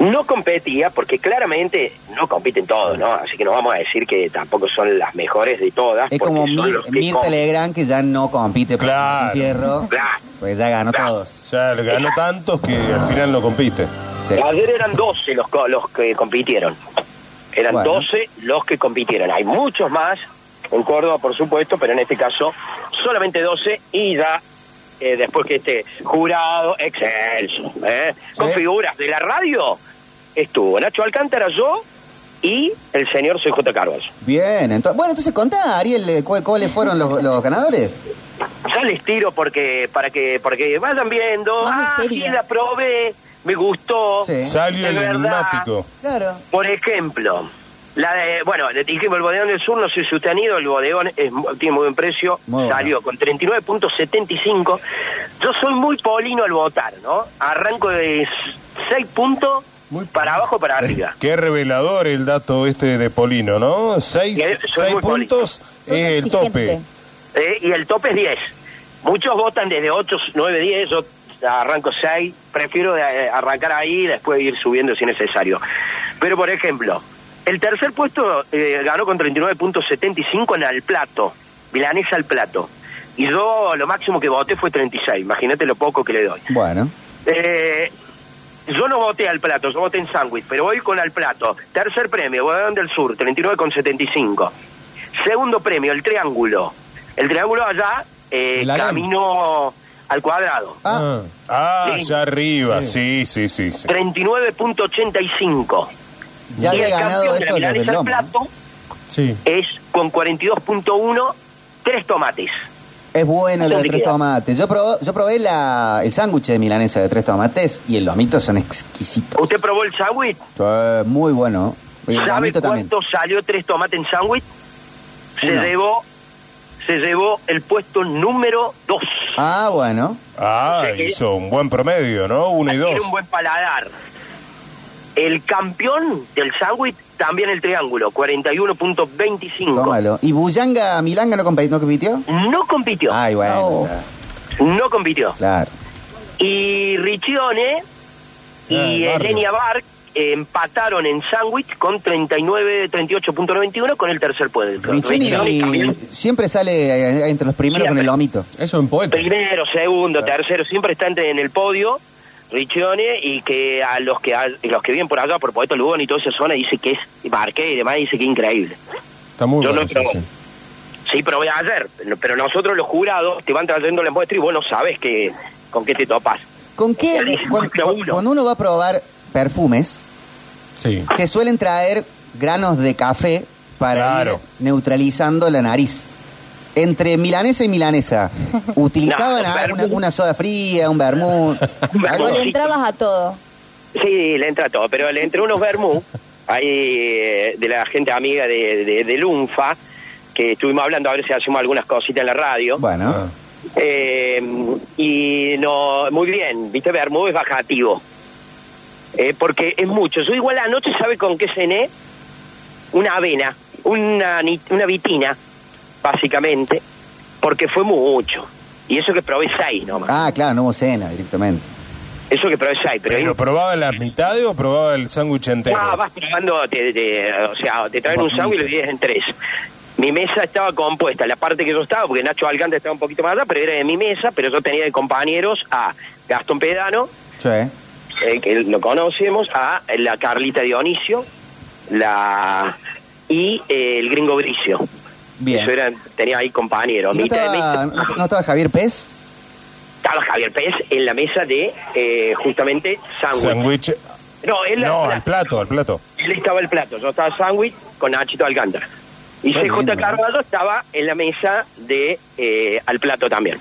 No competía, porque claramente no compiten todos, ¿no? Así que no vamos a decir que tampoco son las mejores de todas. Es porque como son Mir- los que Mirta compiten. Legrand, que ya no compite por Claro. Fierro, Claro. pues ya ganó Claro. todos. Ya le ganó tantos que al final no compite. Sí. Ayer eran 12 los, co- los que compitieron. Eran Bueno. 12 los que compitieron. Hay muchos más en Córdoba, por supuesto, pero en este caso solamente 12 y ya eh, después que este jurado excelso, ¿eh? con figuras de la radio, estuvo Nacho Alcántara, yo y el señor CJ Carvalho. Bien, entonces, bueno, entonces contá, Ariel, eh, cu- ¿cuáles fueron los, los ganadores? Ya les tiro porque para que para que vayan viendo. Más Ah, misterio. sí, la probé, me gustó. Sí. Salió Es el verdad. enigmático. Claro. Por ejemplo, la de- bueno, le dijimos el bodegón del sur, no sé si usted han ido, el bodegón es mu- tiene muy buen precio, Muy bueno. salió con 39.75. Yo soy muy polino al votar, ¿no? Arranco de 6 puntos para abajo, para arriba. Qué revelador el dato este de Polino, ¿no? Seis, Eh, soy seis muy polino. puntos es el tope. Eh, y el tope es 10. Muchos votan desde 8, 9, 10, yo arranco 6, prefiero eh, arrancar ahí y después ir subiendo si necesario. Pero por ejemplo, el tercer puesto eh, ganó con 39.75 en al plato, milanesa al plato. Y yo lo máximo que voté fue 36, imagínate lo poco que le doy. Bueno, Eh, yo no voté al plato, yo voté en sándwich, pero voy con al plato. Tercer premio, Bodegón del Sur, 39,75. Segundo premio, el triángulo. El triángulo allá, eh, El harem. camino al cuadrado. Ah. Ah, Sí. allá arriba, sí, sí, sí. sí. 39.85. Ya y había el ganado campeón eso los de la del milanesa al lomo. plato Sí. es con 42.1, tres tomates. Es bueno lo de Entonces, tres queda. tomates. Yo probé, yo probé la, el sándwich de milanesa de tres tomates y el lomito son exquisitos. ¿Usted probó el sándwich? Eh, muy bueno. Y el ¿Sabe lomito cuánto también. salió tres tomates en sándwich? Se Uno. llevó se llevó el puesto número 2. Ah, bueno. Ah, hizo un buen promedio, ¿no? Uno y dos. Tiene un buen paladar. El campeón del sándwich también el triángulo, 41.25. Tómalo. ¿Y Bullanga Milanga no compitió? ¿No compitió? No compitió. Ay, bueno. No compitió. Claro. Y Riccione y Ah, Barrio. Elenia Bark eh, empataron en sándwich con 39, 38.91 con el tercer puesto. Michini Riccione también. siempre sale eh, entre los primeros con el lomito. Eso en poeta. Primero, segundo, tercero, siempre está entre- en el podio. Riccione y que a los que a los que vienen por allá, por Poeta Lugón y toda esa zona, dice que es Barqué y demás, dice que es increíble. Está muy Yo bueno. no probé. Sí, probé ayer, pero nosotros los jurados te van trayendo la muestra y vos no sabes que, con qué te topas. ¿Con qué? Cuando, cuando uno va a probar perfumes, Sí. te suelen traer granos de café para ir neutralizando la nariz. Entre milanesa y milanesa, ¿utilizaban No, a- vermú. una, una soda fría, un vermut? O le entrabas a todo. Sí, le entra todo, pero le entra unos vermú, ahí eh, de la gente amiga de, de, de Lunfa, que estuvimos hablando a ver si hacemos algunas cositas en la radio. Bueno. Eh, y no, muy bien, viste, vermú es bajativo. Eh, porque es mucho. Yo igual anoche, ¿sabe con qué cené? Una avena, una, ni- una vitina, básicamente, porque fue mucho. Y eso que probé seis nomás. Ah, claro, no hubo cena directamente. Eso que probé seis, pero... ¿Pero probaba las mitades o probaba el sándwich entero? No, vas probando, te, te- o sea, te traen un Poquito. sándwich y lo divides en tres. Mi mesa estaba compuesta, la parte que yo estaba, porque Nacho Alcántara estaba un poquito más allá, pero era de mi mesa, pero yo tenía de compañeros a Gastón Pedano, Sí. eh, que lo conocemos, a la Carlita Dionisio, la y eh, el gringo Bricio. Bien. Eso era, tenía ahí compañeros. ¿No Mi- estaba, mi- no- no estaba Javier Pez? estaba Javier Pérez en la mesa de eh, justamente sándwich. Sándwich. No, él No, al plato, al plato. Él estaba el plato, yo estaba sándwich con Nachito Alcántara. Y Qué CJ lindo, ¿no? Carvalho estaba en la mesa de eh, al plato también.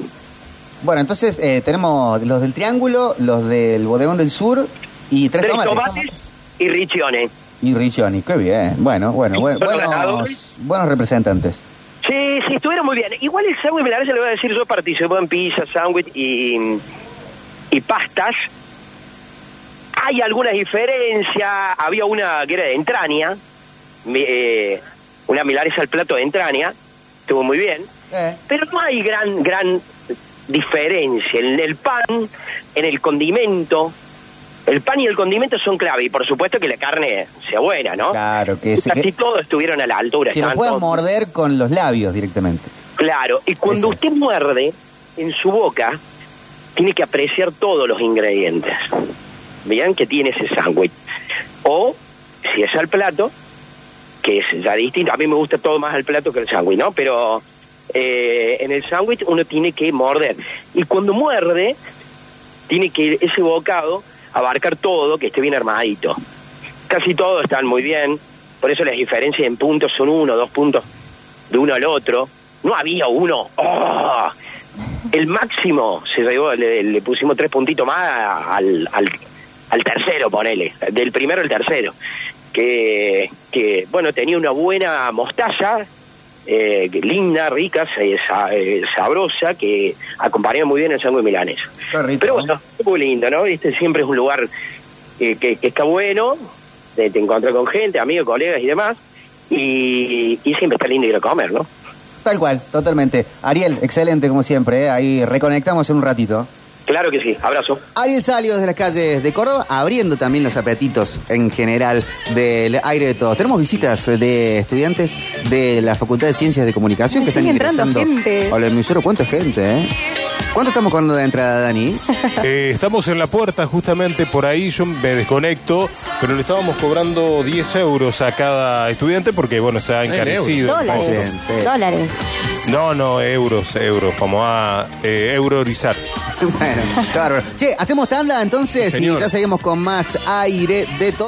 Bueno, entonces eh, tenemos los del Triángulo, los del Bodegón del Sur y tres, tomates. y Richione. Y Riccioni, qué bien. Bueno, bueno, buen- Son buenos, ganadores. buenos representantes. Sí, sí, estuvieron muy bien. Igual el sándwich, la verdad, le voy a decir, yo participo en pizza, sándwich y, y pastas. Hay algunas diferencias. Había una que era de entraña, mi- eh, una milanesa al plato de entraña, estuvo muy bien. Pero no hay gran, gran diferencia en el pan, en el condimento. El pan y el condimento son clave y por supuesto que la carne sea buena, ¿no? Claro, que se- Casi que- todos estuvieron a la altura. Que lo estaban puedas todos- morder con los labios directamente. Claro, y cuando usted muerde en su boca, tiene que apreciar todos los ingredientes. Vean que tiene ese sándwich. O, si es al plato, que es ya distinto. A mí me gusta todo más al plato que el sándwich, ¿no? Pero eh, en el sándwich uno tiene que morder. Y cuando muerde, tiene que ese bocado abarcar todo, que esté bien armadito. Casi todos están muy bien. Por eso las diferencias en puntos son uno, dos puntos de uno al otro. No había uno. ¡Oh! El máximo se llevó, le, le pusimos tres puntitos más al, al, al tercero, ponele. Del primero al tercero. Que, que bueno, tenía una buena mostaza, eh, que linda, rica, se- sa- eh, sabrosa, que acompañaba muy bien el sándwich milanés. Pero bueno, muy lindo, ¿no? Viste, siempre es un lugar eh, que, que está bueno, de- te encontrás con gente, amigos, colegas y demás, y, y siempre está lindo ir a comer, ¿no? Tal cual, totalmente. Ariel, excelente como siempre. ¿eh? Ahí reconectamos en un ratito. Claro que sí, abrazo. Ariel Salio desde las calles de Córdoba, abriendo también los apetitos en general del aire de todos. Tenemos visitas de estudiantes de la Facultad de Ciencias de Comunicación Ay, que están sigue entrando ingresando gente. al emisor. ¿Cuánta gente, eh? ¿Cuánto estamos con de entrada, Dani? Eh, estamos en la puerta, justamente por ahí yo me desconecto, pero le estábamos cobrando 10 euros a cada estudiante porque, bueno, se ha encarecido. un poco. Dólares. Dólares. No, no, euros, euros, como a eh, eurorizar. Bueno, Che, hacemos tanda entonces Señor. y ya seguimos con más aire de todo.